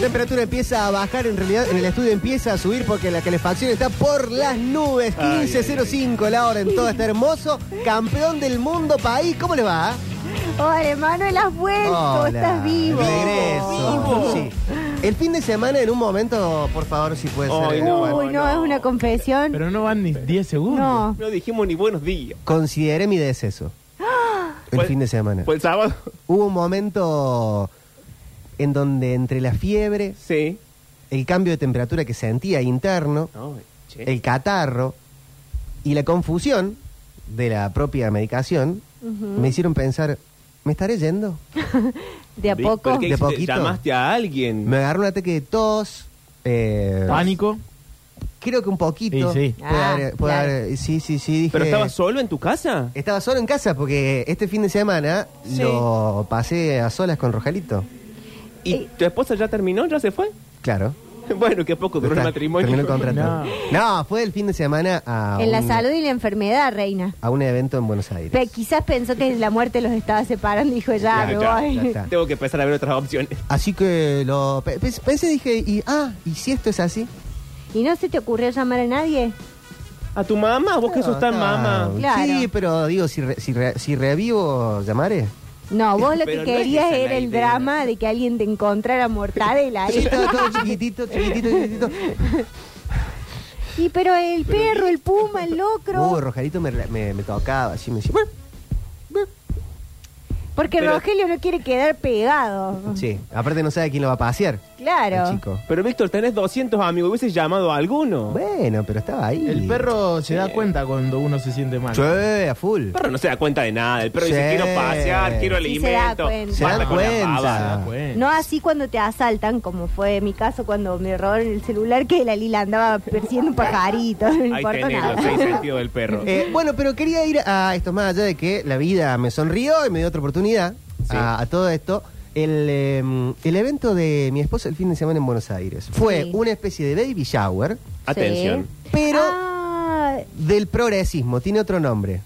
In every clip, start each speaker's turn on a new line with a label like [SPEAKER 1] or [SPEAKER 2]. [SPEAKER 1] temperatura empieza a bajar, en realidad en el estudio empieza a subir porque la calefacción está por las nubes.
[SPEAKER 2] Ay,
[SPEAKER 1] 15.05 la hora en todo este hermoso campeón del mundo país. ¿Cómo le va?
[SPEAKER 3] Hola, Manuel, has vuelto,
[SPEAKER 1] Hola,
[SPEAKER 3] estás vivo.
[SPEAKER 1] Regreso. Sí. El fin de semana en un momento, por favor, si puede ser.
[SPEAKER 2] Ay,
[SPEAKER 1] eh,
[SPEAKER 3] Uy,
[SPEAKER 2] no,
[SPEAKER 3] no,
[SPEAKER 2] bueno, no.
[SPEAKER 3] es una confesión.
[SPEAKER 4] Pero no van ni 10 segundos.
[SPEAKER 3] no.
[SPEAKER 2] No dijimos ni buenos días.
[SPEAKER 1] Consideré mi deceso. El
[SPEAKER 2] Pues-
[SPEAKER 1] fin de semana.
[SPEAKER 2] ¿Fue el sábado?
[SPEAKER 1] Hubo un momento en donde entre la fiebre,
[SPEAKER 2] Sí.
[SPEAKER 1] el cambio de temperatura que sentía interno,
[SPEAKER 2] No,
[SPEAKER 3] ¿Eh?
[SPEAKER 2] che.
[SPEAKER 1] el catarro y la confusión de la propia medicación me hicieron pensar, ¿me estaré yendo?
[SPEAKER 3] De a
[SPEAKER 2] ¿Pero
[SPEAKER 3] poco.
[SPEAKER 2] qué
[SPEAKER 1] De
[SPEAKER 2] hiciste?
[SPEAKER 1] poquito.
[SPEAKER 2] Llamaste a alguien.
[SPEAKER 1] Me agarró un ataque de tos. eh,
[SPEAKER 4] Pánico.
[SPEAKER 1] Creo que un poquito.
[SPEAKER 4] Sí, sí.
[SPEAKER 1] Puede
[SPEAKER 3] Ah,
[SPEAKER 1] haber- puede
[SPEAKER 3] claro.
[SPEAKER 1] haber- sí, sí, sí. dije-
[SPEAKER 2] ¿Pero estabas solo en tu casa?
[SPEAKER 1] Estaba solo en casa porque este fin de semana
[SPEAKER 2] Sí.
[SPEAKER 1] lo pasé a solas con Rojalito.
[SPEAKER 2] ¿Y
[SPEAKER 3] Eh.
[SPEAKER 2] tu esposa ya terminó? ¿Ya se fue?
[SPEAKER 1] Claro.
[SPEAKER 2] Bueno, qué poco duró el
[SPEAKER 1] Está-
[SPEAKER 2] matrimonio.
[SPEAKER 1] terminó el contrato. No. fue el fin de semana a,
[SPEAKER 3] En la
[SPEAKER 2] Ah,
[SPEAKER 1] un-
[SPEAKER 3] salud y la enfermedad, reina.
[SPEAKER 1] a un evento en Buenos Aires.
[SPEAKER 3] Pe- quizás pensó que la muerte los estaba separando y dijo, ya,
[SPEAKER 2] Ya,
[SPEAKER 3] me
[SPEAKER 2] ya,
[SPEAKER 3] voy.
[SPEAKER 1] ya está.
[SPEAKER 2] Tengo que empezar a ver otras opciones.
[SPEAKER 1] Así que lo pe- pe- pensé, dije, y ah, ¿y si esto es así?
[SPEAKER 3] ¿Y no se te ocurrió llamar a nadie?
[SPEAKER 2] ¿A tu mamá? ¿Vos que sos tan
[SPEAKER 1] No,
[SPEAKER 2] mamá?
[SPEAKER 3] Claro.
[SPEAKER 1] Sí, pero digo, si, re- si, re- si revivo, llamaré.
[SPEAKER 3] No, vos lo que
[SPEAKER 2] Pero no es
[SPEAKER 3] querías
[SPEAKER 2] esa la
[SPEAKER 3] era el
[SPEAKER 2] idea.
[SPEAKER 3] drama de que alguien te encontrara mortadela.
[SPEAKER 1] Sí,
[SPEAKER 3] ahí.
[SPEAKER 1] estaba todo chiquitito, chiquitito, chiquitito.
[SPEAKER 3] y pero el perro, el puma, el locro.
[SPEAKER 1] Uh, Rojarito me, me, me tocaba, así me decía. "Bueno".
[SPEAKER 3] Porque
[SPEAKER 2] Pero-
[SPEAKER 3] Rogelio no quiere quedar pegado.
[SPEAKER 1] Sí, aparte no sabe quién lo va a pasear. El
[SPEAKER 3] Claro.
[SPEAKER 1] chico.
[SPEAKER 2] Pero Víctor, tenés 200 amigos. ¿Hubieses llamado a alguno?
[SPEAKER 1] Bueno, pero estaba ahí.
[SPEAKER 4] El perro se da cuenta cuando uno se siente mal. Ah,
[SPEAKER 1] Che, a full.
[SPEAKER 2] El perro no se da cuenta de nada. El perro
[SPEAKER 1] Sí.
[SPEAKER 2] dice, quiero pasear, quiero
[SPEAKER 3] Sí se da
[SPEAKER 2] alimento.
[SPEAKER 3] cuenta.
[SPEAKER 1] Se da
[SPEAKER 2] Basta con la
[SPEAKER 1] cuenta.
[SPEAKER 2] pava.
[SPEAKER 4] Se da cuenta.
[SPEAKER 3] No así cuando te asaltan, como fue mi caso cuando me robaron el celular, que la Lila andaba persiguiendo un pajarito, no
[SPEAKER 2] Ahí
[SPEAKER 3] importa
[SPEAKER 2] tenés los seis
[SPEAKER 3] nada.
[SPEAKER 2] sentidos del perro.
[SPEAKER 1] Eh, bueno, pero quería ir a esto más allá de que la vida me sonrió y me dio otra oportunidad
[SPEAKER 2] Sí.
[SPEAKER 1] a, a todo esto. El, eh, el evento de mi esposa el fin de semana en Buenos Aires fue
[SPEAKER 3] Sí.
[SPEAKER 1] una especie de baby shower,
[SPEAKER 2] Atención.
[SPEAKER 1] pero
[SPEAKER 3] Ah,
[SPEAKER 1] del progresismo, tiene otro nombre.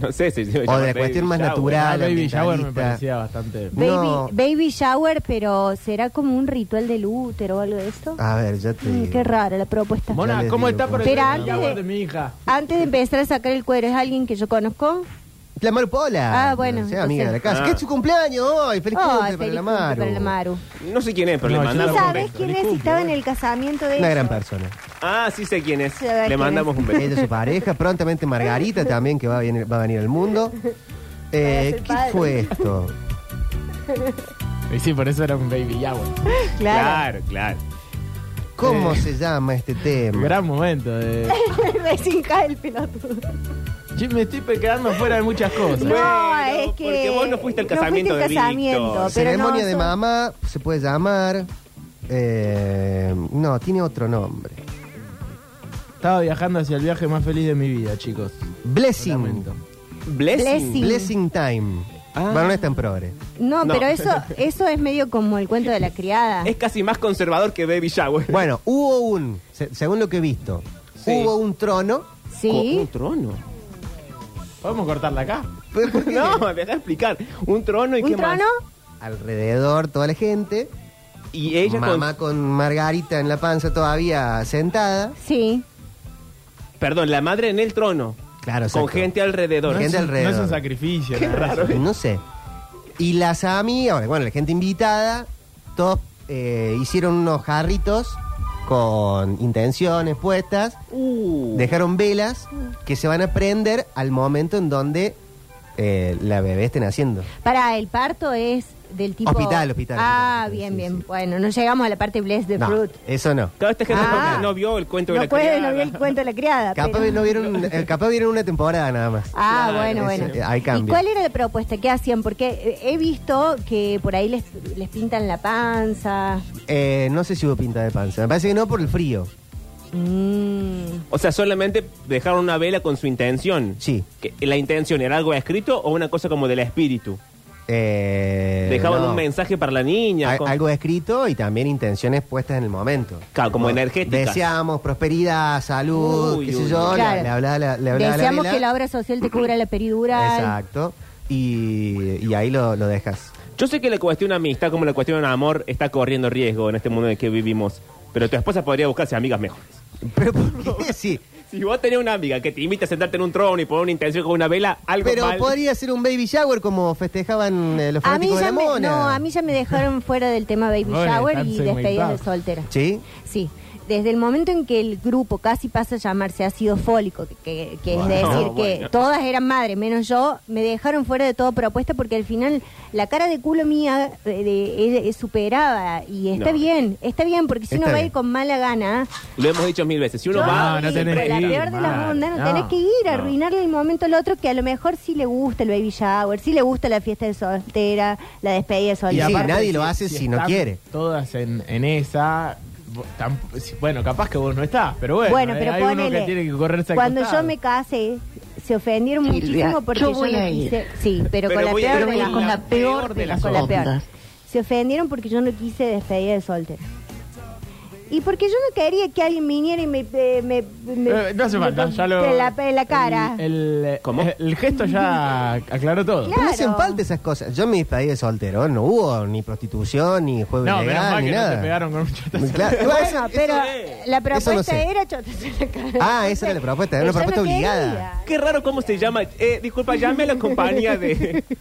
[SPEAKER 2] No sé si se
[SPEAKER 1] O de
[SPEAKER 2] llama
[SPEAKER 1] la cuestión
[SPEAKER 2] Baby
[SPEAKER 1] más
[SPEAKER 2] Shower.
[SPEAKER 1] natural.
[SPEAKER 4] Ah, baby shower me
[SPEAKER 1] ambientalista.
[SPEAKER 4] parecía bastante.
[SPEAKER 3] baby,
[SPEAKER 1] No.
[SPEAKER 3] baby shower, pero ¿será como un ritual del útero o algo de esto?
[SPEAKER 1] A ver, ya te
[SPEAKER 3] Ay,
[SPEAKER 1] digo.
[SPEAKER 3] qué rara la propuesta.
[SPEAKER 1] Bueno.
[SPEAKER 4] Mona,
[SPEAKER 1] les
[SPEAKER 4] ¿cómo
[SPEAKER 1] digo,
[SPEAKER 4] está por el
[SPEAKER 3] Espera,
[SPEAKER 4] baby
[SPEAKER 3] antes
[SPEAKER 4] shower
[SPEAKER 3] de-
[SPEAKER 4] de mi hija?
[SPEAKER 3] Antes de empezar a sacar el cuero, ¿es alguien que yo conozco?
[SPEAKER 1] La Maru Pola.
[SPEAKER 3] Ah, bueno,
[SPEAKER 1] O sea, amiga de la
[SPEAKER 3] entonces-
[SPEAKER 1] casa.
[SPEAKER 2] Ah.
[SPEAKER 1] Que es su cumpleaños hoy. Feliz
[SPEAKER 3] Ay,
[SPEAKER 1] cumple para
[SPEAKER 3] feliz
[SPEAKER 1] la
[SPEAKER 3] cumple
[SPEAKER 1] Maru.
[SPEAKER 3] para la Maru.
[SPEAKER 2] No sé quién es, pero
[SPEAKER 4] No,
[SPEAKER 2] le
[SPEAKER 4] yo
[SPEAKER 3] ¿Y
[SPEAKER 4] Dame
[SPEAKER 2] mandamos un
[SPEAKER 3] sabes
[SPEAKER 2] beso.
[SPEAKER 3] quién
[SPEAKER 4] Feliz
[SPEAKER 3] es?
[SPEAKER 4] cumple,
[SPEAKER 3] Estaba en
[SPEAKER 4] bueno.
[SPEAKER 3] el casamiento de
[SPEAKER 1] Una
[SPEAKER 3] ellos.
[SPEAKER 1] gran persona.
[SPEAKER 2] Ah, sí sé quién es.
[SPEAKER 3] Se ve quién
[SPEAKER 2] Le
[SPEAKER 3] es.
[SPEAKER 2] mandamos un beso.
[SPEAKER 1] Ella, su pareja, prontamente Margarita también, que va a venir, va a venir al mundo. Eh,
[SPEAKER 3] ser
[SPEAKER 1] ¿Qué
[SPEAKER 3] padre.
[SPEAKER 1] fue esto?
[SPEAKER 4] Y sí, por eso era un baby shower.
[SPEAKER 3] Claro.
[SPEAKER 2] Claro, claro.
[SPEAKER 1] ¿Cómo
[SPEAKER 4] Eh.
[SPEAKER 1] se llama este tema?
[SPEAKER 4] Gran momento. De...
[SPEAKER 3] Recién cae el pelotudo.
[SPEAKER 4] Che, me estoy pe- quedando fuera de muchas cosas.
[SPEAKER 3] No,
[SPEAKER 2] Bueno,
[SPEAKER 3] es que.
[SPEAKER 2] porque vos no fuiste al
[SPEAKER 3] no
[SPEAKER 2] casamiento
[SPEAKER 3] fuiste al
[SPEAKER 2] de
[SPEAKER 3] casamiento,
[SPEAKER 2] Víctor.
[SPEAKER 3] pero
[SPEAKER 1] Ceremonia
[SPEAKER 3] no,
[SPEAKER 1] de
[SPEAKER 3] son-
[SPEAKER 1] mamá se puede llamar. eh, no, tiene otro nombre.
[SPEAKER 4] Estaba viajando hacia el viaje más feliz de mi vida, chicos. Lo
[SPEAKER 1] Blessing.
[SPEAKER 4] lamento.
[SPEAKER 2] Blessing.
[SPEAKER 3] Blessing.
[SPEAKER 1] Blessing Time.
[SPEAKER 2] Ah.
[SPEAKER 1] Bueno, no está en progre.
[SPEAKER 3] No,
[SPEAKER 2] No.
[SPEAKER 3] pero eso, eso es medio como el cuento de la criada.
[SPEAKER 2] Es casi más conservador que Baby Shower.
[SPEAKER 1] Bueno, hubo un, se- según lo que he visto,
[SPEAKER 2] Sí.
[SPEAKER 1] hubo un trono.
[SPEAKER 2] Con
[SPEAKER 3] Sí.
[SPEAKER 2] un trono.
[SPEAKER 4] ¿Podemos cortarla acá?
[SPEAKER 1] pero ¿por qué?
[SPEAKER 2] No, me voy a explicar. Un trono y
[SPEAKER 3] ¿Un
[SPEAKER 2] qué más.
[SPEAKER 3] trono?
[SPEAKER 1] Alrededor, toda la gente.
[SPEAKER 2] Y ella
[SPEAKER 1] Mamá
[SPEAKER 2] con...
[SPEAKER 1] con... Margarita en la panza todavía sentada.
[SPEAKER 3] Sí.
[SPEAKER 2] Perdón, la madre en el trono.
[SPEAKER 1] Claro,
[SPEAKER 2] Con
[SPEAKER 1] exacto.
[SPEAKER 2] gente alrededor.
[SPEAKER 4] No
[SPEAKER 1] Gente
[SPEAKER 4] es, un,
[SPEAKER 1] alrededor.
[SPEAKER 4] no es un sacrificio.
[SPEAKER 2] Qué
[SPEAKER 4] nada.
[SPEAKER 2] raro.
[SPEAKER 1] No sé. Y las amigas, bueno, la gente invitada, todos eh, hicieron unos jarritos con intenciones puestas,
[SPEAKER 2] Uh.
[SPEAKER 1] dejaron velas que se van a prender al momento en donde eh, la bebé esté naciendo.
[SPEAKER 3] Para el parto es del tipo.
[SPEAKER 1] Hospital, hospital.
[SPEAKER 3] Ah,
[SPEAKER 1] Hospital,
[SPEAKER 3] bien,
[SPEAKER 1] sí,
[SPEAKER 3] bien.
[SPEAKER 1] sí.
[SPEAKER 3] Bueno, no llegamos a la parte bless the
[SPEAKER 1] No,
[SPEAKER 3] fruit.
[SPEAKER 1] eso no.
[SPEAKER 2] Claro, esta gente
[SPEAKER 3] Ah.
[SPEAKER 2] no, no vio el cuento de
[SPEAKER 3] No
[SPEAKER 2] la criada.
[SPEAKER 3] puede, no vi el cuento de la criada.
[SPEAKER 1] Capaz,
[SPEAKER 3] pero-
[SPEAKER 1] no vieron, eh, capaz vieron una temporada nada más.
[SPEAKER 3] Ah,
[SPEAKER 2] Claro,
[SPEAKER 3] bueno,
[SPEAKER 1] ese-
[SPEAKER 3] bueno.
[SPEAKER 1] eh, ahí
[SPEAKER 3] ¿Y
[SPEAKER 1] cambia.
[SPEAKER 3] cuál era la propuesta? ¿Qué hacían? Porque eh, he visto que por ahí les, les pintan la panza.
[SPEAKER 1] Eh, no sé si hubo pinta de panza. Me parece que no por el frío.
[SPEAKER 3] Mm.
[SPEAKER 2] O sea, solamente dejaron una vela con su intención.
[SPEAKER 1] Sí.
[SPEAKER 2] Que- ¿La intención era algo escrito o una cosa como del espíritu?
[SPEAKER 1] Eh,
[SPEAKER 2] Dejaban
[SPEAKER 1] no.
[SPEAKER 2] un mensaje para la niña.
[SPEAKER 1] Al-
[SPEAKER 2] con-
[SPEAKER 1] Algo escrito y también intenciones puestas en el momento.
[SPEAKER 2] Claro, como energéticas.
[SPEAKER 1] Deseamos prosperidad, salud,
[SPEAKER 2] Uy,
[SPEAKER 1] qué
[SPEAKER 2] uy,
[SPEAKER 1] sé yo.
[SPEAKER 3] uy.
[SPEAKER 1] le-
[SPEAKER 3] Claro.
[SPEAKER 1] Le hablaba la- le hablaba la
[SPEAKER 3] Deseamos
[SPEAKER 1] vela.
[SPEAKER 3] que la obra social te cubra la peridural.
[SPEAKER 1] Exacto. Y, y ahí lo, lo dejas.
[SPEAKER 2] Yo sé que la cuestión de amistad como la cuestión de amor está corriendo riesgo en este mundo en el que vivimos, pero tu esposa podría buscarse amigas mejores.
[SPEAKER 1] Pero ¿por qué? Sí.
[SPEAKER 2] Si vos tenés una amiga que te invita a sentarte en un trono y poner una intención con una vela, algo
[SPEAKER 1] Pero
[SPEAKER 2] mal.
[SPEAKER 1] podría ser un baby shower como festejaban eh, los
[SPEAKER 3] A mí,
[SPEAKER 1] fanáticos de
[SPEAKER 3] ya
[SPEAKER 1] la
[SPEAKER 3] me,
[SPEAKER 1] mona.
[SPEAKER 3] no, a mí ya me dejaron fuera del tema baby
[SPEAKER 4] Bueno,
[SPEAKER 3] shower
[SPEAKER 4] están
[SPEAKER 3] y despedidas de
[SPEAKER 4] segmentados.
[SPEAKER 3] soltera.
[SPEAKER 1] Sí.
[SPEAKER 3] Sí, desde el momento en que el grupo casi pasa a llamarse ácido fólico, que, que- que
[SPEAKER 2] Bueno,
[SPEAKER 3] es decir que
[SPEAKER 2] bueno.
[SPEAKER 3] todas eran madres menos yo, me dejaron fuera de toda propuesta porque al final la cara de culo mía eh, de- eh, eh, superaba y está
[SPEAKER 2] No.
[SPEAKER 3] bien, está bien porque si
[SPEAKER 1] Está
[SPEAKER 3] uno va a
[SPEAKER 1] bien.
[SPEAKER 3] ir con mala gana,
[SPEAKER 2] Lo hemos dicho mil veces. Si uno
[SPEAKER 3] yo
[SPEAKER 2] va,
[SPEAKER 4] no
[SPEAKER 3] y
[SPEAKER 4] tenés
[SPEAKER 3] por
[SPEAKER 4] que
[SPEAKER 3] la
[SPEAKER 4] ir,
[SPEAKER 3] peor de las
[SPEAKER 4] madre,
[SPEAKER 3] ondas no,
[SPEAKER 4] no,
[SPEAKER 3] tenés que ir,
[SPEAKER 2] no.
[SPEAKER 3] arruinarle el momento al otro que a lo mejor sí le gusta el baby shower, sí le gusta la fiesta de soltera, la despedida de
[SPEAKER 1] Y
[SPEAKER 3] soltera.
[SPEAKER 1] sí,
[SPEAKER 4] aparte,
[SPEAKER 1] nadie lo hace si no
[SPEAKER 4] están
[SPEAKER 1] quiere.
[SPEAKER 4] Todas en, en esa. vo- tamp- si- Bueno, capaz que vos no estás, pero bueno.
[SPEAKER 3] Bueno,
[SPEAKER 4] eh,
[SPEAKER 3] pero
[SPEAKER 4] hay uno
[SPEAKER 3] ponele.
[SPEAKER 4] que tiene que correrse al
[SPEAKER 3] cuando
[SPEAKER 4] costado.
[SPEAKER 3] yo me casé, se ofendieron
[SPEAKER 5] Silvia,
[SPEAKER 3] muchísimo porque
[SPEAKER 5] yo
[SPEAKER 3] yo,
[SPEAKER 5] voy
[SPEAKER 3] no
[SPEAKER 5] a ir.
[SPEAKER 3] quise. Sí, pero,
[SPEAKER 2] Pero
[SPEAKER 3] con la
[SPEAKER 2] voy a
[SPEAKER 3] peor
[SPEAKER 2] ir
[SPEAKER 3] de
[SPEAKER 5] Pero
[SPEAKER 3] las
[SPEAKER 5] con la
[SPEAKER 3] ondas.
[SPEAKER 5] peor de las
[SPEAKER 3] Con la peor.
[SPEAKER 5] ondas.
[SPEAKER 3] Se ofendieron porque yo no quise despedir de soltero. Y porque yo no quería que alguien viniera y me. me, me- me-
[SPEAKER 4] Eh, no hace
[SPEAKER 3] me-
[SPEAKER 4] falta, ya lo.
[SPEAKER 3] En la, en la cara.
[SPEAKER 4] El, el-
[SPEAKER 2] ¿Cómo?
[SPEAKER 4] eh, el gesto ya aclaró todo.
[SPEAKER 1] Pero no hacen
[SPEAKER 3] Claro.
[SPEAKER 1] falta esas cosas. Yo en mi despedida de soltero no hubo ni prostitución, ni juego
[SPEAKER 4] No, menos
[SPEAKER 1] ilegal,
[SPEAKER 4] mal
[SPEAKER 1] ni
[SPEAKER 4] que no
[SPEAKER 1] nada.
[SPEAKER 4] te pegaron con un chatazo.
[SPEAKER 1] Muy claro.
[SPEAKER 3] bueno, pero
[SPEAKER 2] es.
[SPEAKER 3] la
[SPEAKER 1] Eso
[SPEAKER 3] propuesta
[SPEAKER 1] no sé.
[SPEAKER 3] era chotas en la cara.
[SPEAKER 1] Ah, esa era la propuesta, era una
[SPEAKER 3] Yo no
[SPEAKER 1] propuesta
[SPEAKER 3] quería.
[SPEAKER 1] obligada.
[SPEAKER 2] Qué raro cómo se llama. Eh, disculpa, llame a la compañía de. de, de-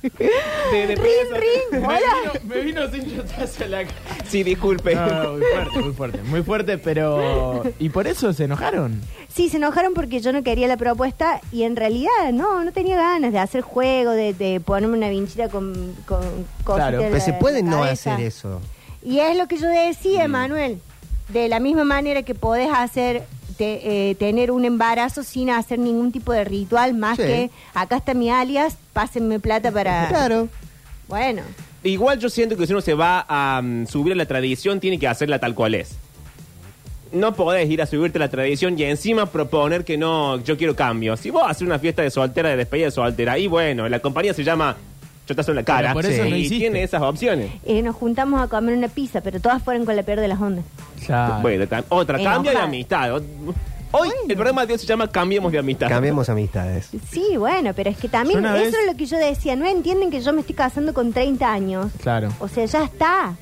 [SPEAKER 2] de-
[SPEAKER 3] Ring, ring,
[SPEAKER 4] Me
[SPEAKER 3] hola.
[SPEAKER 4] vino, me vino sin chatazo en la cara.
[SPEAKER 2] Sí, disculpe.
[SPEAKER 4] No, muy fuerte, muy fuerte, muy fuerte, pero... ¿Y por eso se enojaron?
[SPEAKER 3] Sí, se enojaron porque yo no quería la propuesta y en realidad no, no tenía ganas de hacer juego, de, de ponerme una vinchita con, con cosas.
[SPEAKER 4] Claro.
[SPEAKER 3] en
[SPEAKER 1] Pero
[SPEAKER 3] la-
[SPEAKER 1] se
[SPEAKER 3] en
[SPEAKER 1] puede
[SPEAKER 3] la
[SPEAKER 1] no
[SPEAKER 3] cabeza.
[SPEAKER 1] hacer eso. Mm.
[SPEAKER 3] Y es lo que yo decía, Manuel. De la misma manera que podés hacer, te- eh, tener un embarazo sin hacer ningún tipo de ritual, más
[SPEAKER 1] Sí.
[SPEAKER 3] que acá está mi alias, pásenme plata para.
[SPEAKER 1] Claro.
[SPEAKER 3] Bueno.
[SPEAKER 2] Igual yo siento que si uno se va a mm, subir a la tradición, tiene que hacerla tal cual es. No podés ir a subirte a la tradición y encima proponer que no, yo quiero cambios. Si vos haces una fiesta de soltera, de despedida de soltera, y bueno, la compañía se llama Chotazo en la cara.
[SPEAKER 4] por eso
[SPEAKER 2] Sí.
[SPEAKER 4] no
[SPEAKER 2] y
[SPEAKER 4] hiciste.
[SPEAKER 2] tiene esas opciones.
[SPEAKER 3] eh, nos juntamos a comer una pizza, pero todas fueron con la peor de las ondas.
[SPEAKER 2] Bueno, tam- otra,
[SPEAKER 3] Enojada.
[SPEAKER 2] cambia de amistad. Ot- Hoy el programa de hoy se llama Cambiemos de amistad.
[SPEAKER 1] Cambiemos amistades.
[SPEAKER 3] Sí, bueno, pero es que también
[SPEAKER 4] Yo una
[SPEAKER 3] eso
[SPEAKER 4] vez-
[SPEAKER 3] es lo que yo decía. No entienden que yo me estoy casando con 30 años.
[SPEAKER 4] Claro.
[SPEAKER 3] O sea, ya está.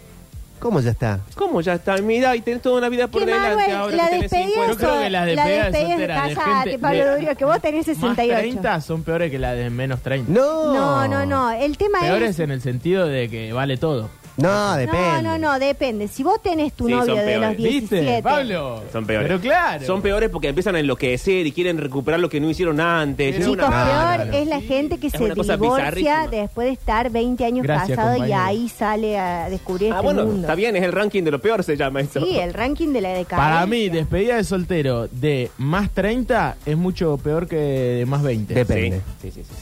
[SPEAKER 1] ¿Cómo ya está?
[SPEAKER 2] ¿Cómo ya está? Mira, y tenés toda una vida por
[SPEAKER 3] Que
[SPEAKER 2] delante
[SPEAKER 3] Manuel,
[SPEAKER 2] ahora
[SPEAKER 3] la
[SPEAKER 2] que tenés
[SPEAKER 3] despedida
[SPEAKER 2] 50.
[SPEAKER 4] Yo creo que las despedidas
[SPEAKER 3] la despedida
[SPEAKER 4] solteras
[SPEAKER 3] de
[SPEAKER 4] de
[SPEAKER 3] casa,
[SPEAKER 4] gente-
[SPEAKER 3] Pablo
[SPEAKER 4] de-
[SPEAKER 3] Durio, que vos tenés 68.
[SPEAKER 4] Más 30 son peores que las de menos 30.
[SPEAKER 1] No.
[SPEAKER 3] No, no, no. El tema
[SPEAKER 4] Peores
[SPEAKER 3] es.
[SPEAKER 4] en el sentido de que vale todo.
[SPEAKER 1] No,
[SPEAKER 3] No,
[SPEAKER 1] depende.
[SPEAKER 3] no, no, depende. Si vos tenés tu
[SPEAKER 2] Sí,
[SPEAKER 3] novio de
[SPEAKER 2] son
[SPEAKER 3] los
[SPEAKER 2] peores.
[SPEAKER 3] 17.
[SPEAKER 4] ¿Viste, Pablo?
[SPEAKER 2] Son peores.
[SPEAKER 4] Pero claro.
[SPEAKER 2] Son peores porque empiezan a enloquecer y quieren recuperar lo que no hicieron antes. Es
[SPEAKER 3] Chicos,
[SPEAKER 2] una-
[SPEAKER 3] peor
[SPEAKER 1] no, no.
[SPEAKER 3] es la gente que
[SPEAKER 2] Es
[SPEAKER 3] se
[SPEAKER 2] una cosa
[SPEAKER 3] divorcia
[SPEAKER 2] bizarrísima.
[SPEAKER 3] después de estar 20 años
[SPEAKER 4] Gracias,
[SPEAKER 3] casado
[SPEAKER 4] compañero.
[SPEAKER 3] y ahí sale a descubrir
[SPEAKER 2] Ah,
[SPEAKER 3] este
[SPEAKER 2] bueno,
[SPEAKER 3] mundo.
[SPEAKER 2] está bien, es el ranking de lo peor se llama eso.
[SPEAKER 3] Sí, el ranking de la ¿eh? decadencia.
[SPEAKER 4] Para mí, despedida de soltero de más 30 es mucho peor que de más 20.
[SPEAKER 1] Dep-
[SPEAKER 2] Sí,
[SPEAKER 1] Depende.
[SPEAKER 2] sí, sí, sí.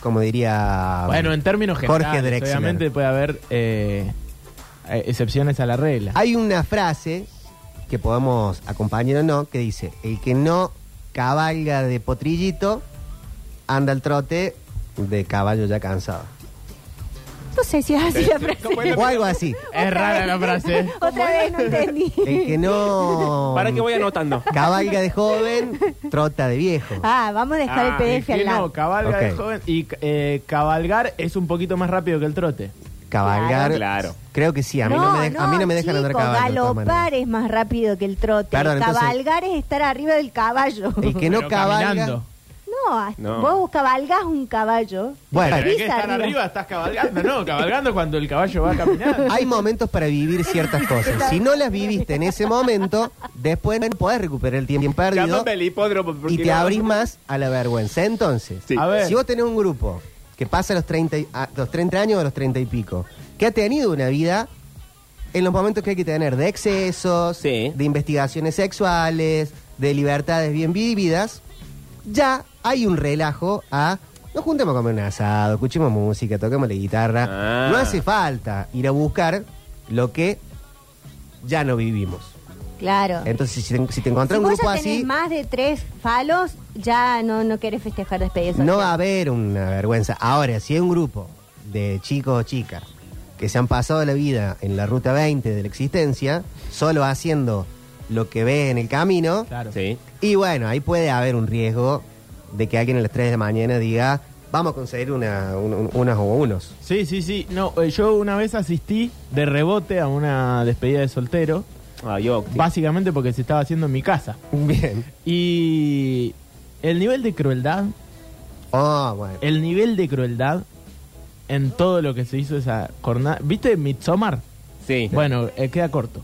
[SPEAKER 1] Como diría. um,
[SPEAKER 4] bueno, en términos
[SPEAKER 1] Jorge
[SPEAKER 4] generales,
[SPEAKER 1] Drexler.
[SPEAKER 4] obviamente puede haber eh, eh, excepciones a la regla.
[SPEAKER 1] Hay una frase que podemos acompañar o no que dice: El que no cabalga de potrillito anda al trote de caballo ya cansado.
[SPEAKER 3] No sé si es así la frase.
[SPEAKER 1] O algo así.
[SPEAKER 4] Es rara la frase.
[SPEAKER 3] Otra vez no entendí.
[SPEAKER 1] El que no.
[SPEAKER 2] ¿Para qué voy anotando?
[SPEAKER 1] Cabalga de joven, trota de viejo.
[SPEAKER 3] Ah, vamos a dejar
[SPEAKER 2] Ah,
[SPEAKER 3] el
[SPEAKER 4] Es
[SPEAKER 3] PDF al
[SPEAKER 4] que
[SPEAKER 3] lado.
[SPEAKER 4] no, cabalga de
[SPEAKER 1] Ok.
[SPEAKER 4] joven. Y eh, cabalgar es un poquito más rápido que el trote.
[SPEAKER 1] Cabalgar.
[SPEAKER 2] Claro.
[SPEAKER 1] Creo que sí. A mí no, me, de- a mí no me dejan andar
[SPEAKER 3] chicos,
[SPEAKER 1] caballo. de todas
[SPEAKER 3] Galopar
[SPEAKER 1] maneras.
[SPEAKER 3] es más rápido que el trote.
[SPEAKER 1] Perdón, entonces-
[SPEAKER 3] cabalgar es estar arriba del caballo.
[SPEAKER 1] El que no
[SPEAKER 4] Pero
[SPEAKER 1] cabalga.
[SPEAKER 4] caminando.
[SPEAKER 3] No, hasta-
[SPEAKER 2] No.
[SPEAKER 3] vos cabalgás un caballo.
[SPEAKER 1] Bueno.
[SPEAKER 4] Pero hay que
[SPEAKER 3] Pisa
[SPEAKER 4] estar
[SPEAKER 3] arriba.
[SPEAKER 4] arriba, estás cabalgando. No, cabalgando cuando el caballo va caminando.
[SPEAKER 1] Hay momentos para vivir ciertas cosas. Si no las viviste en ese momento, después no podés recuperar el tiempo perdido
[SPEAKER 2] Llámame al hipódromo. porque
[SPEAKER 1] y te
[SPEAKER 2] no-
[SPEAKER 1] abrís más a la vergüenza. Entonces,
[SPEAKER 2] Sí.
[SPEAKER 4] A ver.
[SPEAKER 1] si vos tenés un grupo que pasa los 30, y- a- los 30 años o los 30 y pico, que ha tenido una vida en los momentos que hay que tener de excesos,
[SPEAKER 2] Sí.
[SPEAKER 1] de investigaciones sexuales, de libertades bien vividas, ya hay un relajo a... Nos juntemos a comer un asado, escuchemos música, toquemos la guitarra.
[SPEAKER 2] Ah.
[SPEAKER 1] No hace falta ir a buscar lo que ya no vivimos.
[SPEAKER 2] Ah.
[SPEAKER 3] Claro.
[SPEAKER 1] Entonces, si te, si te encontrás
[SPEAKER 3] si
[SPEAKER 1] un
[SPEAKER 3] vos
[SPEAKER 1] grupo
[SPEAKER 3] ya tenés
[SPEAKER 1] así,
[SPEAKER 3] más de tres falos, ya no, no querés festejar despedidas.
[SPEAKER 1] no va a haber una vergüenza. Ahora, si hay un grupo de chicos o chicas que se han pasado la vida en la ruta 20 de la existencia, solo haciendo lo que ve en el camino,
[SPEAKER 4] Claro.
[SPEAKER 2] Sí.
[SPEAKER 1] y bueno, ahí puede haber un riesgo de que alguien a las 3 de la mañana diga, vamos a conseguir una, un- un- unas o unos.
[SPEAKER 4] Sí, sí, sí. No, eh, yo una vez asistí de rebote a una despedida de soltero,
[SPEAKER 2] Ah, yo, sí.
[SPEAKER 4] básicamente porque se estaba haciendo en mi casa.
[SPEAKER 1] Bien.
[SPEAKER 4] Y el nivel de crueldad,
[SPEAKER 1] Ah, bueno.
[SPEAKER 4] el nivel de crueldad en todo lo que se hizo esa jornada. ¿Viste Midsommar?
[SPEAKER 2] Sí.
[SPEAKER 4] Bueno, eh, queda corto.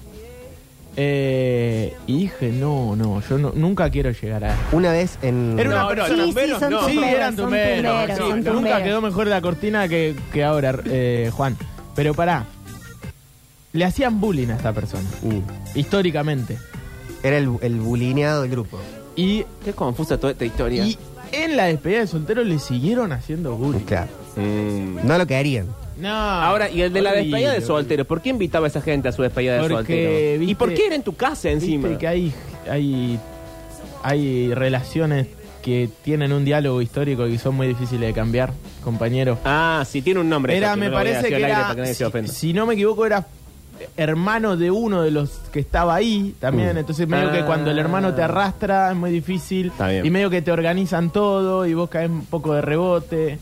[SPEAKER 4] Eh, y dije, no, no, yo no- nunca quiero llegar a...
[SPEAKER 1] Una vez en.
[SPEAKER 4] Era una-
[SPEAKER 2] no, no,
[SPEAKER 3] Sí,
[SPEAKER 2] los
[SPEAKER 3] sí,
[SPEAKER 2] menos
[SPEAKER 3] son
[SPEAKER 2] no.
[SPEAKER 3] tus
[SPEAKER 4] Sí,
[SPEAKER 3] Tumberos,
[SPEAKER 4] eran
[SPEAKER 3] son
[SPEAKER 4] tumberos.
[SPEAKER 3] tumberos,
[SPEAKER 4] sí,
[SPEAKER 2] son
[SPEAKER 4] nunca
[SPEAKER 3] tumberos.
[SPEAKER 4] quedó mejor la cortina que, que ahora, eh, Juan. Pero pará. Le hacían bullying a esta persona,
[SPEAKER 1] Mm.
[SPEAKER 4] históricamente.
[SPEAKER 1] Era el, el bulineado del grupo.
[SPEAKER 4] Y,
[SPEAKER 2] Qué confusa toda esta historia.
[SPEAKER 4] y en la despedida de soltero le siguieron haciendo bullying.
[SPEAKER 1] Claro.
[SPEAKER 2] Mm.
[SPEAKER 1] No lo querían.
[SPEAKER 4] No.
[SPEAKER 2] Ahora, y el de la
[SPEAKER 4] horrible,
[SPEAKER 2] despedida de
[SPEAKER 4] horrible.
[SPEAKER 2] soltero, ¿por qué invitaba a esa gente a su despedida de
[SPEAKER 4] Porque,
[SPEAKER 2] soltero? ¿Y
[SPEAKER 4] viste-
[SPEAKER 2] por qué era en tu casa encima?
[SPEAKER 4] Viste que hay, hay, hay relaciones que tienen un diálogo histórico y son muy difíciles de cambiar, compañero.
[SPEAKER 2] Ah, sí, tiene un nombre.
[SPEAKER 4] Era,
[SPEAKER 2] eso,
[SPEAKER 4] me
[SPEAKER 2] no lo voy a
[SPEAKER 4] parece
[SPEAKER 2] decir
[SPEAKER 4] que
[SPEAKER 2] al aire
[SPEAKER 4] era,
[SPEAKER 2] para que nadie se
[SPEAKER 4] si,
[SPEAKER 2] ofenda.
[SPEAKER 4] si no me equivoco, era hermano de uno de los que estaba ahí también. Entonces, medio que
[SPEAKER 2] Ah.
[SPEAKER 4] cuando el hermano te arrastra es muy difícil.
[SPEAKER 2] Está bien.
[SPEAKER 4] Y medio que te organizan todo y vos caes un poco de rebote.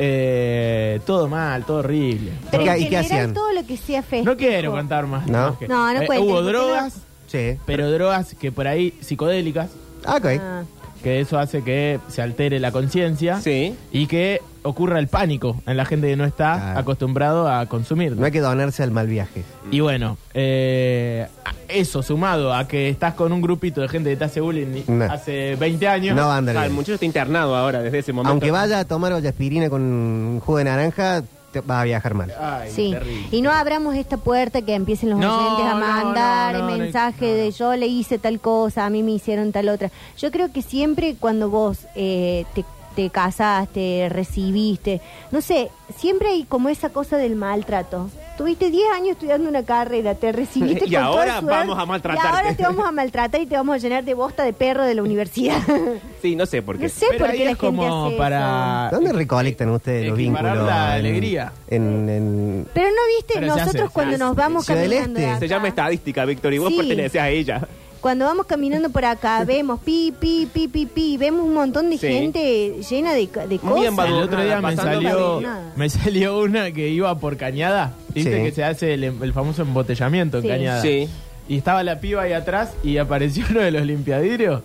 [SPEAKER 4] Eh, todo mal, todo horrible.
[SPEAKER 3] Pero
[SPEAKER 1] ¿Y
[SPEAKER 3] en
[SPEAKER 1] qué- y qué
[SPEAKER 3] general,
[SPEAKER 1] hacían?
[SPEAKER 3] todo lo que sea festivo.
[SPEAKER 4] No quiero contar más.
[SPEAKER 1] No.
[SPEAKER 4] que- eh,
[SPEAKER 3] No, no cuentes,
[SPEAKER 4] Hubo
[SPEAKER 3] porque no-
[SPEAKER 4] drogas,
[SPEAKER 1] Sí.
[SPEAKER 4] pero drogas que por ahí psicodélicas,
[SPEAKER 1] Ah, ok.
[SPEAKER 3] Ah.
[SPEAKER 4] que eso hace que se altere la conciencia
[SPEAKER 2] Sí.
[SPEAKER 4] y que ocurra el pánico en la gente que no está
[SPEAKER 1] Claro.
[SPEAKER 4] acostumbrado a consumir.
[SPEAKER 1] No hay que donarse al mal viaje.
[SPEAKER 4] Y bueno, eh, a- eso sumado a que estás con un grupito de gente que te hace bullying y-
[SPEAKER 1] No.
[SPEAKER 4] hace 20 años.
[SPEAKER 1] No va a
[SPEAKER 2] Ah,
[SPEAKER 1] andar
[SPEAKER 2] el
[SPEAKER 1] bien.
[SPEAKER 2] muchacho está internado ahora, desde ese momento.
[SPEAKER 1] Aunque vaya a tomar aspirina con un jugo de naranja, te vas a viajar mal.
[SPEAKER 4] Ay,
[SPEAKER 3] Sí,
[SPEAKER 4] terrible.
[SPEAKER 3] y no abramos esta puerta que empiecen los
[SPEAKER 4] No,
[SPEAKER 3] oyentes a
[SPEAKER 4] no,
[SPEAKER 3] mandar
[SPEAKER 4] no, no, no,
[SPEAKER 3] mensajes
[SPEAKER 4] no, no.
[SPEAKER 3] de yo le hice tal cosa, a mí me hicieron tal otra. Yo creo que siempre cuando vos eh, te, te casaste, recibiste, no sé, siempre hay como esa cosa del maltrato. Tuviste 10 años estudiando una carrera, te recibiste
[SPEAKER 2] Y
[SPEAKER 3] con toda
[SPEAKER 2] ahora
[SPEAKER 3] suerte,
[SPEAKER 2] vamos a maltratarte.
[SPEAKER 3] Y ahora te vamos a maltratar y te vamos a llenar de bosta de perro de la universidad.
[SPEAKER 2] Sí, no sé por qué.
[SPEAKER 3] no sé
[SPEAKER 4] Pero
[SPEAKER 3] por
[SPEAKER 4] ahí
[SPEAKER 3] qué la
[SPEAKER 4] es
[SPEAKER 3] gente
[SPEAKER 4] como
[SPEAKER 3] hace eso.
[SPEAKER 4] para...
[SPEAKER 1] ¿Dónde recolectan ustedes los
[SPEAKER 4] equiparar
[SPEAKER 1] vínculos?
[SPEAKER 4] eh, la
[SPEAKER 1] en-
[SPEAKER 4] alegría.
[SPEAKER 1] En, en-
[SPEAKER 3] Pero no viste,
[SPEAKER 4] Pero se hace,
[SPEAKER 3] nosotros
[SPEAKER 4] se
[SPEAKER 3] cuando
[SPEAKER 4] hace.
[SPEAKER 3] nos vamos
[SPEAKER 1] Ciudad del
[SPEAKER 3] caminando de
[SPEAKER 1] Este.
[SPEAKER 3] acá-
[SPEAKER 2] Se llama estadística, Víctor, y vos
[SPEAKER 3] Sí.
[SPEAKER 2] pertenecés a ella.
[SPEAKER 3] Cuando vamos caminando por acá, vemos pi, pi, pi, pi, pi, vemos un montón de
[SPEAKER 2] Sí.
[SPEAKER 3] gente llena de, co- de
[SPEAKER 2] Muy
[SPEAKER 3] cosas.
[SPEAKER 2] embadurnada.
[SPEAKER 4] El otro día me
[SPEAKER 2] pasando
[SPEAKER 4] salió,
[SPEAKER 3] nada.
[SPEAKER 4] me salió una que iba por Cañada. Viste
[SPEAKER 1] Sí.
[SPEAKER 4] que se hace el, el famoso embotellamiento
[SPEAKER 3] Sí.
[SPEAKER 4] en Cañada.
[SPEAKER 2] Sí.
[SPEAKER 4] Y estaba la piba ahí atrás y apareció uno de los limpiadirios.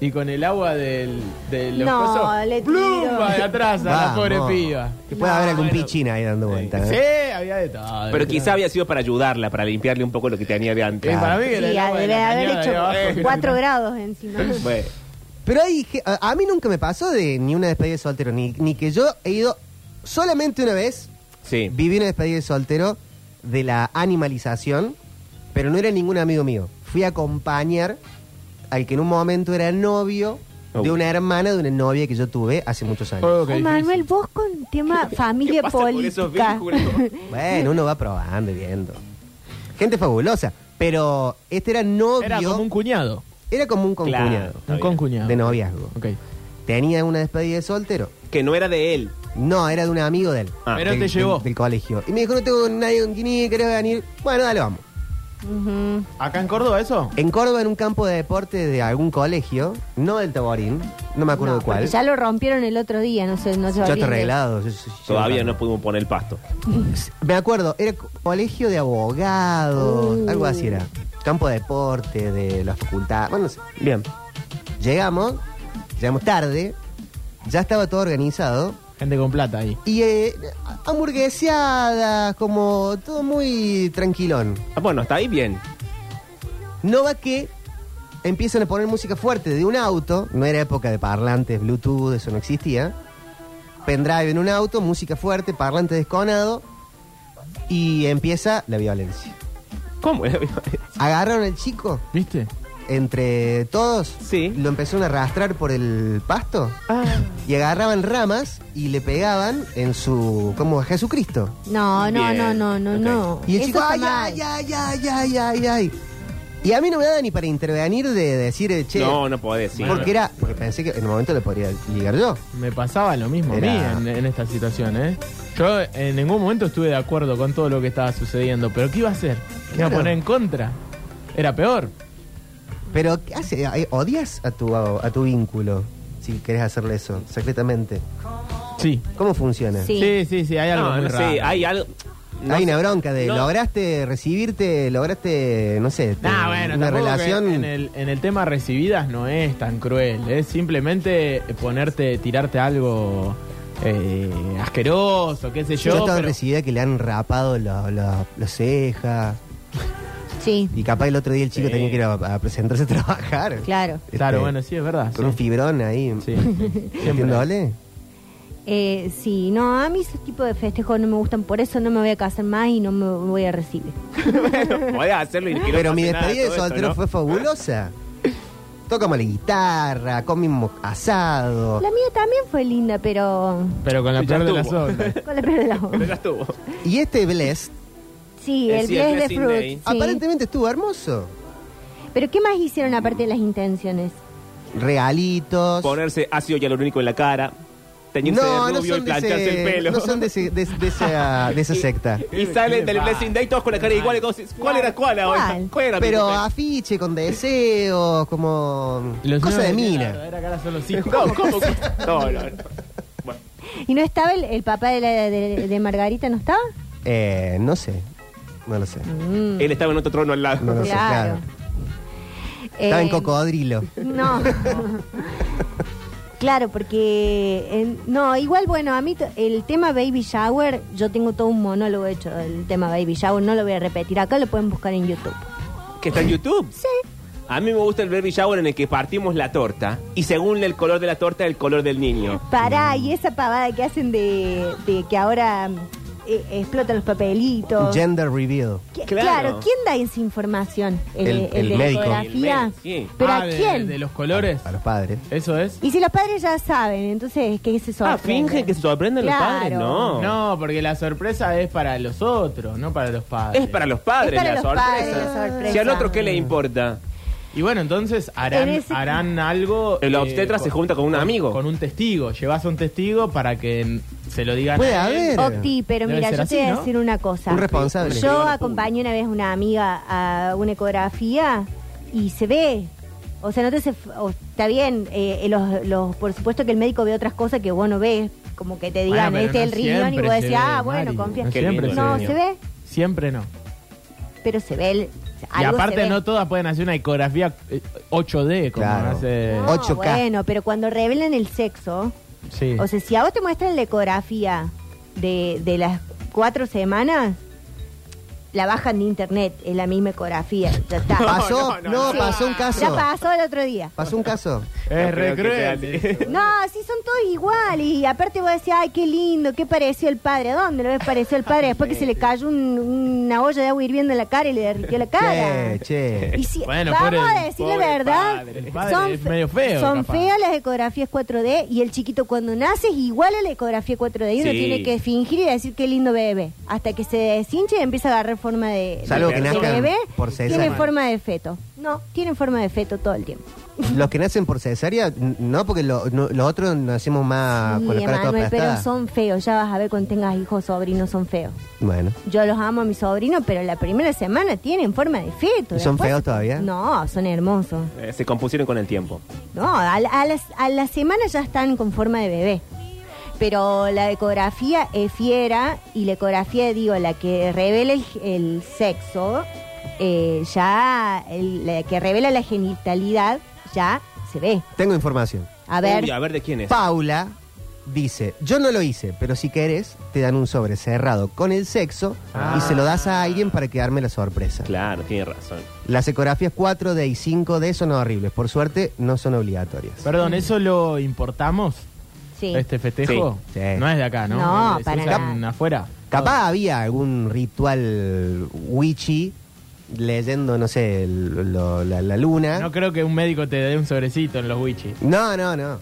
[SPEAKER 4] Y con el agua del, de los
[SPEAKER 3] No,
[SPEAKER 4] cosos,
[SPEAKER 3] le tiró.
[SPEAKER 4] plumba de atrás a la
[SPEAKER 1] Vamos.
[SPEAKER 4] pobre piba.
[SPEAKER 1] Que pueda
[SPEAKER 4] No,
[SPEAKER 1] haber algún
[SPEAKER 4] bueno.
[SPEAKER 1] pichín ahí dando vuelta.
[SPEAKER 4] Sí,
[SPEAKER 1] ¿eh?
[SPEAKER 4] había de todo.
[SPEAKER 2] Pero quizá había sido para ayudarla, para limpiarle un poco lo que tenía de
[SPEAKER 4] Eh,
[SPEAKER 2] antes.
[SPEAKER 4] para mí
[SPEAKER 3] Sí,
[SPEAKER 4] que era el agua de
[SPEAKER 3] debe
[SPEAKER 4] la
[SPEAKER 3] haber
[SPEAKER 4] cañada de abajo,
[SPEAKER 3] hecho
[SPEAKER 4] que
[SPEAKER 3] 4
[SPEAKER 4] no-
[SPEAKER 3] grados encima.
[SPEAKER 2] Bueno,
[SPEAKER 1] Pero hay, ge- a, a mí nunca me pasó de ni una despedida de soltero, ni, ni que yo he ido solamente una vez,
[SPEAKER 2] sí.
[SPEAKER 1] viví una despedida de soltero de la animalización, pero no era ningún amigo mío. Fui a acompañar al que en un momento era novio
[SPEAKER 2] Oh.
[SPEAKER 1] de una hermana de una novia que yo tuve hace muchos años.
[SPEAKER 4] Oh, qué
[SPEAKER 3] Ay,
[SPEAKER 4] difícil.
[SPEAKER 3] Manuel, vos con tema familia
[SPEAKER 2] ¿Qué pasa con esos
[SPEAKER 3] política.
[SPEAKER 2] vínculos?
[SPEAKER 1] Bueno, uno va probando y viendo. Gente fabulosa. Pero este era novio.
[SPEAKER 4] Era como un cuñado.
[SPEAKER 1] era como un
[SPEAKER 2] Claro.
[SPEAKER 1] concuñado.
[SPEAKER 2] Está
[SPEAKER 4] Un
[SPEAKER 2] bien.
[SPEAKER 4] concuñado.
[SPEAKER 1] De noviazgo.
[SPEAKER 4] Ok.
[SPEAKER 1] Tenía una despedida de soltero.
[SPEAKER 2] Que no era de él.
[SPEAKER 1] No, era de un amigo de él.
[SPEAKER 2] Ah.
[SPEAKER 4] Pero
[SPEAKER 1] del,
[SPEAKER 4] te llevó.
[SPEAKER 1] Del, del colegio. Y me dijo, no tengo nadie con quien ir, querés venir. Bueno, dale, vamos.
[SPEAKER 3] Ujú.
[SPEAKER 4] ¿Acá en Córdoba eso?
[SPEAKER 1] En Córdoba, en un campo de deporte de algún colegio, no del Taborín, no me acuerdo
[SPEAKER 3] No,
[SPEAKER 1] de cuál.
[SPEAKER 3] porque Ya lo rompieron el otro día, no sé, no se
[SPEAKER 1] Ya
[SPEAKER 3] va
[SPEAKER 1] está
[SPEAKER 3] bien.
[SPEAKER 1] arreglado. yo- yo- yo-
[SPEAKER 2] Todavía no pudimos poner el pasto.
[SPEAKER 1] Me acuerdo, era co- colegio de abogados,
[SPEAKER 3] Uh.
[SPEAKER 1] algo así era. Campo de deporte de la facultad, bueno, no sé.
[SPEAKER 2] Bien.
[SPEAKER 1] Llegamos, llegamos tarde, ya estaba todo organizado.
[SPEAKER 4] Gente con plata ahí.
[SPEAKER 1] Y eh, hamburgueseadas, como todo muy tranquilón.
[SPEAKER 2] Ah, Bueno, está ahí bien.
[SPEAKER 1] No va que empiezan a poner música fuerte de un auto, no era época de parlantes, Bluetooth, eso no existía. Pendrive en un auto, música fuerte, parlante desconado. Y empieza la violencia.
[SPEAKER 2] ¿Cómo era?
[SPEAKER 1] Agarraron al chico
[SPEAKER 4] ¿Viste?
[SPEAKER 1] entre todos,
[SPEAKER 2] Sí.
[SPEAKER 1] lo empezaron a arrastrar por el pasto
[SPEAKER 3] Ah.
[SPEAKER 1] y agarraban ramas y le pegaban en su. como a Jesucristo.
[SPEAKER 3] No, no,
[SPEAKER 2] Bien.
[SPEAKER 3] no, no, no,
[SPEAKER 2] Ok.
[SPEAKER 3] no.
[SPEAKER 1] Y el
[SPEAKER 3] Eso
[SPEAKER 1] chico,
[SPEAKER 3] está
[SPEAKER 1] ay,
[SPEAKER 3] mal.
[SPEAKER 1] ay, ay, ay, ay, ay, ay. Y a mí no me da ni para intervenir de decir, eh, che,
[SPEAKER 2] No, no podés, sí.
[SPEAKER 1] porque era, porque pensé que en el momento le podría ligar yo.
[SPEAKER 4] Me pasaba lo mismo
[SPEAKER 1] Era-
[SPEAKER 4] a mí en, en esta situación, ¿eh? Yo en ningún momento estuve de acuerdo con todo lo que estaba sucediendo, pero ¿qué iba a hacer? ¿Qué iba a
[SPEAKER 1] Claro.
[SPEAKER 4] poner en contra? Era peor.
[SPEAKER 1] Pero, ¿qué hace? Ay, ¿Odias a tu, a, tu vínculo? Si querés hacerle eso, secretamente.
[SPEAKER 4] Sí.
[SPEAKER 1] ¿Cómo funciona?
[SPEAKER 3] Sí.
[SPEAKER 4] Sí, sí, sí, hay algo
[SPEAKER 2] no,
[SPEAKER 4] muy
[SPEAKER 2] no
[SPEAKER 4] raro.
[SPEAKER 2] sé, hay algo. no
[SPEAKER 1] Hay
[SPEAKER 2] sé,
[SPEAKER 1] una bronca de
[SPEAKER 2] no.
[SPEAKER 1] lograste recibirte, lograste, no sé,
[SPEAKER 4] Nah,
[SPEAKER 1] te-
[SPEAKER 4] bueno,
[SPEAKER 1] una
[SPEAKER 4] tampoco que
[SPEAKER 1] relación.
[SPEAKER 4] En el, en el tema recibidas no es tan cruel. Es simplemente eh, ponerte, tirarte algo eh, asqueroso, qué sé
[SPEAKER 1] Yo he
[SPEAKER 4] yo.
[SPEAKER 1] estado en
[SPEAKER 4] pero-
[SPEAKER 1] recibida que le han rapado lo- lo- las cejas.
[SPEAKER 3] Sí,
[SPEAKER 1] Y capaz el otro día el chico
[SPEAKER 4] Sí.
[SPEAKER 1] tenía que ir a, a presentarse a trabajar.
[SPEAKER 3] claro.
[SPEAKER 1] Este,
[SPEAKER 4] Claro, bueno, sí, es verdad.
[SPEAKER 1] Con un
[SPEAKER 4] sí.
[SPEAKER 1] fibrón ahí.
[SPEAKER 4] Sí, siempre.
[SPEAKER 1] ¿Entiéndole?
[SPEAKER 3] Eh, sí, no, a mí ese tipo de festejos no me gustan, por eso no me voy a casar más y no me voy a recibir.
[SPEAKER 2] bueno, podés hacerlo y que no
[SPEAKER 1] Pero mi
[SPEAKER 2] pase nada
[SPEAKER 1] despedida de
[SPEAKER 2] todo esto,
[SPEAKER 1] soltero
[SPEAKER 2] ¿no?
[SPEAKER 1] fue fabulosa. Tocamos la guitarra, comimos asado.
[SPEAKER 3] La mía también fue linda, pero
[SPEAKER 4] Pero con la
[SPEAKER 2] Ya
[SPEAKER 4] peor de las
[SPEAKER 2] estuvo.
[SPEAKER 4] ondas.
[SPEAKER 3] con la peor de las
[SPEAKER 2] Pero
[SPEAKER 3] ondas.
[SPEAKER 2] ya estuvo.
[SPEAKER 1] Y este Bless
[SPEAKER 3] Sí,
[SPEAKER 2] Eh,
[SPEAKER 3] el
[SPEAKER 2] sí, el
[SPEAKER 3] Bless de
[SPEAKER 2] Blessing
[SPEAKER 3] Fruit.
[SPEAKER 2] Day.
[SPEAKER 3] sí.
[SPEAKER 1] aparentemente estuvo hermoso.
[SPEAKER 3] Pero ¿qué más hicieron aparte de las intenciones?
[SPEAKER 1] Realitos.
[SPEAKER 2] Ponerse ácido hialurónico en la cara, teñirse
[SPEAKER 1] No,
[SPEAKER 2] de
[SPEAKER 1] no
[SPEAKER 2] rubio y
[SPEAKER 1] son de,
[SPEAKER 2] plancharse
[SPEAKER 1] ese-
[SPEAKER 2] el pelo.
[SPEAKER 1] no son de, ese- de- de esa, de esa secta.
[SPEAKER 2] Y salen del
[SPEAKER 4] Va.
[SPEAKER 2] Blessing Day todos con la cara igual. y como si- ¿Cuál era cuál ahora?
[SPEAKER 3] ¿Cuál?
[SPEAKER 2] ¿Cuál era mi
[SPEAKER 1] Pero
[SPEAKER 2] mujer?
[SPEAKER 1] afiche con deseos, como
[SPEAKER 4] Los
[SPEAKER 1] cosa
[SPEAKER 4] nuevos
[SPEAKER 1] de
[SPEAKER 4] que tienen
[SPEAKER 1] mina.
[SPEAKER 4] la verdadera cara son los hijos.
[SPEAKER 2] No, ¿cómo? No, no, no. Bueno,
[SPEAKER 3] ¿Y no estaba el, el papá de, la, de, de Margarita? ¿No estaba?
[SPEAKER 1] Eh, no sé, no lo sé.
[SPEAKER 3] Mm,
[SPEAKER 2] él estaba en otro trono al lado.
[SPEAKER 1] No lo sé, claro. Estaba en
[SPEAKER 3] Eh,
[SPEAKER 1] cocodrilo.
[SPEAKER 3] No. claro, porque. eh, no, igual, bueno, a mí t- el tema Baby Shower, yo tengo todo un monólogo hecho del tema Baby Shower, no lo voy a repetir. Acá lo pueden buscar en YouTube.
[SPEAKER 2] ¿Que está en YouTube? Sí. A mí me gusta el baby shower en el que partimos la torta y según el color de la torta, el color del niño.
[SPEAKER 3] Pará, y esa pavada que hacen de, de que ahora mm, eh, explotan los papelitos.
[SPEAKER 1] Gender reveal.
[SPEAKER 3] ¿Qui-
[SPEAKER 2] Claro.
[SPEAKER 3] claro. ¿quién da esa información? Eh,
[SPEAKER 1] El- el
[SPEAKER 3] de la
[SPEAKER 1] médico.
[SPEAKER 3] ecografía?
[SPEAKER 2] El médico, sí.
[SPEAKER 3] ¿Pero
[SPEAKER 4] Ah,
[SPEAKER 3] a
[SPEAKER 4] de-
[SPEAKER 3] quién?
[SPEAKER 4] De, los colores.
[SPEAKER 1] A los padres.
[SPEAKER 4] Eso es.
[SPEAKER 3] Y si los padres ya saben, entonces, ¿qué se
[SPEAKER 2] Ah,
[SPEAKER 3] sorprenden?
[SPEAKER 2] finge que se sorprenden los
[SPEAKER 3] Claro.
[SPEAKER 2] padres, no.
[SPEAKER 4] No, porque la sorpresa es para los otros, no para los padres.
[SPEAKER 2] Es para los padres
[SPEAKER 3] Es para
[SPEAKER 2] la
[SPEAKER 3] los
[SPEAKER 2] sorpresa.
[SPEAKER 3] padres la sorpresa.
[SPEAKER 2] Si al otro, ¿qué le importa?
[SPEAKER 4] Y bueno, entonces harán,
[SPEAKER 3] En ese-
[SPEAKER 4] harán algo. eh,
[SPEAKER 2] El obstetra se junta Eh, con un amigo.
[SPEAKER 4] Con un testigo. Llevas a un testigo para que mm, se lo digan.
[SPEAKER 1] Puede
[SPEAKER 4] a él.
[SPEAKER 1] haber.
[SPEAKER 3] Octi, pero
[SPEAKER 4] Debe
[SPEAKER 3] mira,
[SPEAKER 4] ser
[SPEAKER 3] yo te
[SPEAKER 4] así,
[SPEAKER 3] voy a
[SPEAKER 4] ¿no?
[SPEAKER 3] decir una cosa.
[SPEAKER 1] Un responsable.
[SPEAKER 3] Yo acompañé una vez una amiga a una ecografía y se ve. O sea, no te se- o- está bien, eh, eh, los, los- por supuesto que el médico ve otras cosas que vos no ves, como que te digan,
[SPEAKER 4] Bueno,
[SPEAKER 3] este
[SPEAKER 4] pero no
[SPEAKER 3] es el riñón y
[SPEAKER 4] siempre
[SPEAKER 3] vos
[SPEAKER 4] se
[SPEAKER 3] decís,
[SPEAKER 4] ve,
[SPEAKER 3] ah, bueno,
[SPEAKER 4] Mari,
[SPEAKER 3] confía.
[SPEAKER 4] No
[SPEAKER 2] Qué
[SPEAKER 4] siempre
[SPEAKER 2] lindo,
[SPEAKER 3] No,
[SPEAKER 2] se
[SPEAKER 3] se ve,
[SPEAKER 4] Siempre no.
[SPEAKER 3] pero se ve. el-
[SPEAKER 4] y
[SPEAKER 3] algo se
[SPEAKER 4] aparte
[SPEAKER 3] ve.
[SPEAKER 4] no todas pueden hacer una ecografía eh, 8D como
[SPEAKER 1] Claro.
[SPEAKER 4] hace...
[SPEAKER 3] Ah.
[SPEAKER 1] No. 8K.
[SPEAKER 3] Bueno, pero cuando revelan el sexo,
[SPEAKER 4] Sí.
[SPEAKER 3] O sea, si a vos te muestran la ecografía de, de las cuatro semanas, la bajan de internet, es la misma ecografía. Ya está.
[SPEAKER 1] Pasó, no,
[SPEAKER 2] no, no,
[SPEAKER 1] pasó un
[SPEAKER 3] Ya
[SPEAKER 1] caso.
[SPEAKER 3] pasó el otro día.
[SPEAKER 1] Pasó un caso.
[SPEAKER 4] es
[SPEAKER 2] No creo
[SPEAKER 4] re
[SPEAKER 2] que
[SPEAKER 4] cruel.
[SPEAKER 2] sea así.
[SPEAKER 3] No, sí, son todos iguales. Y aparte vos decís, ay, qué lindo, qué pareció el padre. ¿A dónde lo ves pareció el padre? Después que se le cayó un- una olla de agua hirviendo en la cara y le derritió la cara.
[SPEAKER 1] Che, che.
[SPEAKER 3] Y si,
[SPEAKER 4] Bueno,
[SPEAKER 3] vamos
[SPEAKER 4] pobre-
[SPEAKER 3] a decir la
[SPEAKER 2] pobre
[SPEAKER 3] verdad,
[SPEAKER 2] padre.
[SPEAKER 4] El padre es
[SPEAKER 3] fe-
[SPEAKER 4] medio feo,
[SPEAKER 3] son
[SPEAKER 4] capaz.
[SPEAKER 3] feas las ecografías 4D y el chiquito cuando nace es igual a la ecografía 4D y uno
[SPEAKER 2] Sí.
[SPEAKER 3] tiene que fingir y decir qué lindo bebé hasta que se deshinche y empieza a agarrar forma de,
[SPEAKER 1] Salvo
[SPEAKER 3] de-
[SPEAKER 1] que
[SPEAKER 3] de
[SPEAKER 1] nazcan
[SPEAKER 3] bebé,
[SPEAKER 1] por
[SPEAKER 3] tiene
[SPEAKER 1] cesárea.
[SPEAKER 3] forma de feto. No, tienen forma de feto todo el tiempo.
[SPEAKER 1] Los que nacen por cesárea, n- no, porque lo- no- los otros nacemos más
[SPEAKER 3] Sí,
[SPEAKER 1] Ah, con la cara toda
[SPEAKER 3] Emanuel, pero
[SPEAKER 1] aplastada.
[SPEAKER 3] son feos, ya vas a ver cuando tengas hijos sobrinos son feos.
[SPEAKER 1] Bueno,
[SPEAKER 3] Yo los amo a mis sobrinos, pero la primera semana tienen forma de feto.
[SPEAKER 1] ¿Y son
[SPEAKER 3] Después-
[SPEAKER 1] feos todavía?
[SPEAKER 3] No, son hermosos.
[SPEAKER 2] Eh, se compusieron con el tiempo.
[SPEAKER 3] No, a, la- a las- a la semana ya están con forma de bebé. Pero la ecografía es fiera y la ecografía, digo, la que revela el, el sexo, eh, ya, el- la que revela la genitalidad, ya se ve.
[SPEAKER 1] tengo información.
[SPEAKER 3] A ver,
[SPEAKER 2] Uy, a ver de quién es.
[SPEAKER 1] Paula dice, yo no lo hice, pero si querés, te dan un sobre cerrado con el sexo y se lo das a alguien para quedarme la sorpresa.
[SPEAKER 2] Claro, tiene razón.
[SPEAKER 1] Las ecografías 4D y 5D son horribles. Por suerte, no son obligatorias.
[SPEAKER 4] Perdón, ¿eso lo importamos?
[SPEAKER 3] sí.
[SPEAKER 4] ¿Este festejo?
[SPEAKER 1] Sí.
[SPEAKER 4] No es de acá, ¿no? Eh,
[SPEAKER 3] No,
[SPEAKER 4] ¿Se
[SPEAKER 3] para
[SPEAKER 4] usan
[SPEAKER 3] nada.
[SPEAKER 4] afuera? Ah.
[SPEAKER 1] Capaz había algún ritual witchy leyendo, no sé, el- lo- la, la luna.
[SPEAKER 4] No creo que un médico te dé un sobrecito en los wichis.
[SPEAKER 1] No, no, no.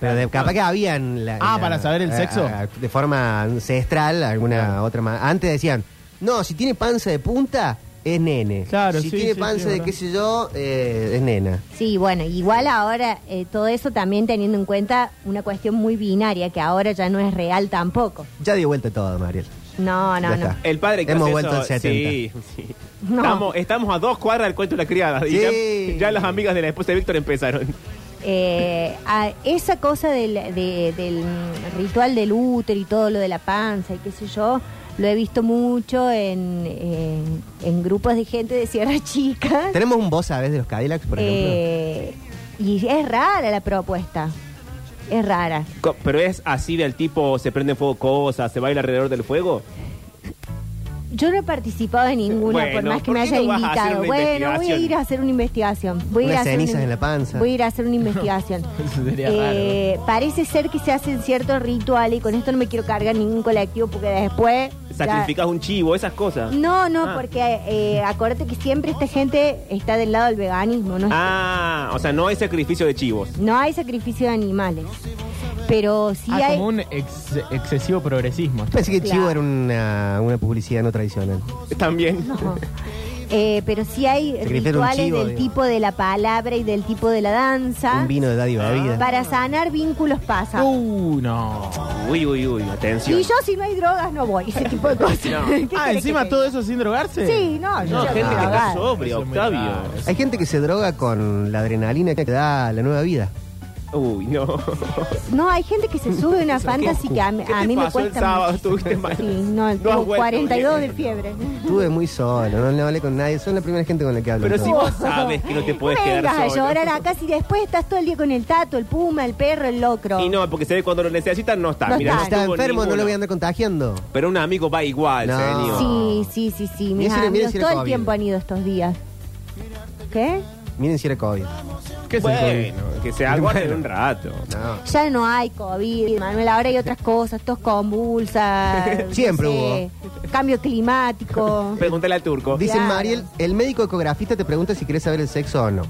[SPEAKER 1] Pero de- capaz que habían. la-
[SPEAKER 4] Ah,
[SPEAKER 1] la-
[SPEAKER 4] ¿para saber el
[SPEAKER 1] a-
[SPEAKER 4] sexo?
[SPEAKER 1] a- de forma ancestral, alguna otra más. Antes decían, no, si tiene panza de punta, es nene.
[SPEAKER 4] Claro,
[SPEAKER 1] si
[SPEAKER 4] sí,
[SPEAKER 1] tiene
[SPEAKER 4] sí,
[SPEAKER 1] panza
[SPEAKER 4] sí,
[SPEAKER 1] de
[SPEAKER 4] verdad.
[SPEAKER 1] qué sé yo, eh, es nena.
[SPEAKER 3] Sí, bueno, igual ahora eh, todo eso también teniendo en cuenta una cuestión muy binaria que ahora ya no es real tampoco.
[SPEAKER 1] Ya dio vuelta todo, Mariel.
[SPEAKER 3] No, no,
[SPEAKER 1] Ya
[SPEAKER 3] no.
[SPEAKER 1] está.
[SPEAKER 2] El padre que
[SPEAKER 1] Hemos
[SPEAKER 2] hace
[SPEAKER 1] vuelto
[SPEAKER 2] eso-
[SPEAKER 1] al 70.
[SPEAKER 2] Sí, sí.
[SPEAKER 3] No.
[SPEAKER 2] Estamos, estamos a dos cuadras del cuento de la criada. y
[SPEAKER 1] Sí.
[SPEAKER 2] ya, ya las amigas de la esposa de Víctor empezaron.
[SPEAKER 3] eh, a esa cosa del, de- del mm, ritual del útero y todo lo de la panza y qué sé yo, lo he visto mucho en, en- en grupos de gente de Sierra Chica.
[SPEAKER 1] Tenemos un vos, ¿sabes? De los Cadillacs, por ejemplo.
[SPEAKER 3] Eh, y es rara la propuesta. Es rara.
[SPEAKER 2] Co- Pero es así del tipo, se prende fuego cosas, se baila alrededor del fuego.
[SPEAKER 3] Yo no he participado de ninguna, por
[SPEAKER 2] Bueno,
[SPEAKER 3] más que
[SPEAKER 2] ¿por
[SPEAKER 3] me
[SPEAKER 2] qué no
[SPEAKER 3] haya
[SPEAKER 2] vas a hacer
[SPEAKER 3] invitado.
[SPEAKER 2] una
[SPEAKER 3] Bueno, voy a
[SPEAKER 2] investigación?
[SPEAKER 3] ir a hacer una investigación. Voy a ir
[SPEAKER 1] Unas
[SPEAKER 3] a hacer una
[SPEAKER 1] cenizas
[SPEAKER 3] in-
[SPEAKER 1] en la panza.
[SPEAKER 3] Voy a ir a hacer una investigación.
[SPEAKER 4] Eso sería
[SPEAKER 3] Eh, Parece ser que se hacen ciertos rituales y con esto no me quiero cargar ningún colectivo porque después... ya-
[SPEAKER 2] Sacrificas un chivo, esas cosas.
[SPEAKER 3] No, no,
[SPEAKER 2] Ah.
[SPEAKER 3] porque eh, acuérdate que siempre esta gente está del lado del veganismo, ¿no?
[SPEAKER 2] Ah, o sea, no hay sacrificio de chivos.
[SPEAKER 3] No hay sacrificio de animales. Pero sí
[SPEAKER 4] Ah,
[SPEAKER 3] hay...
[SPEAKER 4] como un ex- excesivo progresismo.
[SPEAKER 1] Pensé que
[SPEAKER 3] Claro.
[SPEAKER 1] Chivo era una, una publicidad no tradicional.
[SPEAKER 2] También.
[SPEAKER 3] Eh, pero sí hay
[SPEAKER 1] Secretario, un
[SPEAKER 3] rituales
[SPEAKER 1] chivo,
[SPEAKER 3] del
[SPEAKER 1] digo.
[SPEAKER 3] tipo de la palabra y del tipo de la danza.
[SPEAKER 1] Un vino de daddy bebida.
[SPEAKER 3] ¿Ah? Para sanar vínculos pasa.
[SPEAKER 4] Uh, no.
[SPEAKER 2] Uy, uy, uy,
[SPEAKER 3] y
[SPEAKER 2] atención.
[SPEAKER 3] yo si no hay drogas no voy, ese tipo de cosas.
[SPEAKER 2] No.
[SPEAKER 3] ¿Qué
[SPEAKER 4] Ah,
[SPEAKER 3] querés
[SPEAKER 4] encima
[SPEAKER 3] que
[SPEAKER 4] todo
[SPEAKER 3] te
[SPEAKER 4] eso sin drogarse.
[SPEAKER 3] diga? Sí, no, yo
[SPEAKER 2] este- No,
[SPEAKER 3] no
[SPEAKER 2] gente que
[SPEAKER 3] quiero
[SPEAKER 2] está
[SPEAKER 3] drogar.
[SPEAKER 2] sobria,
[SPEAKER 4] Eso es muy
[SPEAKER 2] Octavio.
[SPEAKER 4] raro.
[SPEAKER 1] Hay gente que se droga con la adrenalina que te da la nueva vida.
[SPEAKER 2] Uy, no.
[SPEAKER 3] No, hay gente que se sube a una fantasy que a, mí-
[SPEAKER 2] ¿Qué
[SPEAKER 3] a
[SPEAKER 2] te
[SPEAKER 3] mí me
[SPEAKER 2] pasó el
[SPEAKER 3] cuesta
[SPEAKER 2] sábado?
[SPEAKER 3] mucho.
[SPEAKER 2] ¿Estuviste mal?
[SPEAKER 3] Sí, no,
[SPEAKER 2] No has
[SPEAKER 3] tengo
[SPEAKER 2] vuelto
[SPEAKER 3] 42 de
[SPEAKER 2] bien.
[SPEAKER 3] fiebre.
[SPEAKER 1] Estuve muy solo, no, no hablé con nadie. Son la primera gente con la que hablo.
[SPEAKER 2] Pero si
[SPEAKER 1] entonces.
[SPEAKER 2] vos sabes que no te puedes
[SPEAKER 3] Vengas
[SPEAKER 2] quedar
[SPEAKER 3] a
[SPEAKER 2] solo.
[SPEAKER 3] llorar acá si después estás todo el día con el tato, el puma, el perro, el locro.
[SPEAKER 2] Y no, porque se ve cuando lo necesitan, no está.
[SPEAKER 3] No
[SPEAKER 2] Mira, no
[SPEAKER 3] está.
[SPEAKER 1] Está
[SPEAKER 2] estuvo
[SPEAKER 1] enfermo, no lo
[SPEAKER 2] ninguno.
[SPEAKER 1] voy a andar contagiando.
[SPEAKER 2] Pero un amigo va igual,
[SPEAKER 1] No.
[SPEAKER 2] señor.
[SPEAKER 3] Sí, sí, sí, sí. Mis
[SPEAKER 1] Mira si le- mira
[SPEAKER 3] amigos
[SPEAKER 1] si le
[SPEAKER 3] todo el
[SPEAKER 1] COVID.
[SPEAKER 3] tiempo han ido estos días. ¿Qué?
[SPEAKER 1] Miren si era COVID.
[SPEAKER 4] ¿Qué es el COVID?
[SPEAKER 2] Bueno, que se aguarden un rato.
[SPEAKER 1] No.
[SPEAKER 3] Ya no hay COVID, Manuel, ahora hay otras cosas, tos convulsas.
[SPEAKER 1] Siempre
[SPEAKER 3] Cambio climático.
[SPEAKER 2] Pregúntale al turco.
[SPEAKER 1] Dicen,
[SPEAKER 3] Claro.
[SPEAKER 1] Mariel, el médico ecografista te pregunta si quieres saber el sexo o no.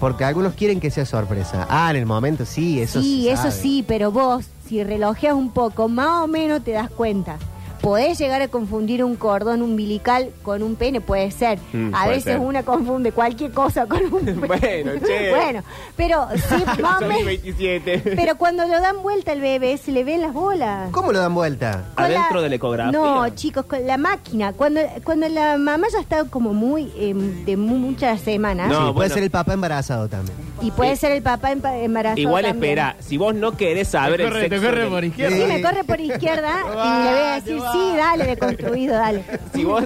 [SPEAKER 1] Porque algunos quieren que sea sorpresa. Ah, en el momento sí, eso sí.
[SPEAKER 3] sí, eso sí, pero vos, si relojeas un poco, más o menos te das cuenta. Podés llegar a confundir un cordón umbilical con un pene, puede ser.
[SPEAKER 2] Mm,
[SPEAKER 3] a
[SPEAKER 2] puede
[SPEAKER 3] veces
[SPEAKER 2] ser.
[SPEAKER 3] una confunde cualquier cosa con un pene.
[SPEAKER 2] Bueno, che.
[SPEAKER 3] Bueno, pero sí, más o
[SPEAKER 2] Soy
[SPEAKER 3] menos.
[SPEAKER 2] 27.
[SPEAKER 3] Pero cuando lo dan vuelta al bebé, se le ven las bolas.
[SPEAKER 1] ¿Cómo lo dan vuelta?
[SPEAKER 3] Con
[SPEAKER 2] ¿Adentro de la ecografía?
[SPEAKER 3] No, chicos, con la máquina. Cuando, cuando la mamá ya está como muy eh, de mu- muchas semanas.
[SPEAKER 2] No,
[SPEAKER 1] sí, puede
[SPEAKER 2] bueno.
[SPEAKER 1] ser el papá embarazado también.
[SPEAKER 3] Y puede ser el papá empa- embarazado.
[SPEAKER 2] Igual
[SPEAKER 3] también.
[SPEAKER 2] espera, si vos no querés saber
[SPEAKER 4] Te
[SPEAKER 2] el
[SPEAKER 4] corre, te
[SPEAKER 2] sexo
[SPEAKER 4] corre
[SPEAKER 2] del-
[SPEAKER 4] por
[SPEAKER 3] Sí,
[SPEAKER 4] izquierda.
[SPEAKER 3] me corre por izquierda y le voy a decir, sí, dale, deconstruido, dale.
[SPEAKER 2] Si vos,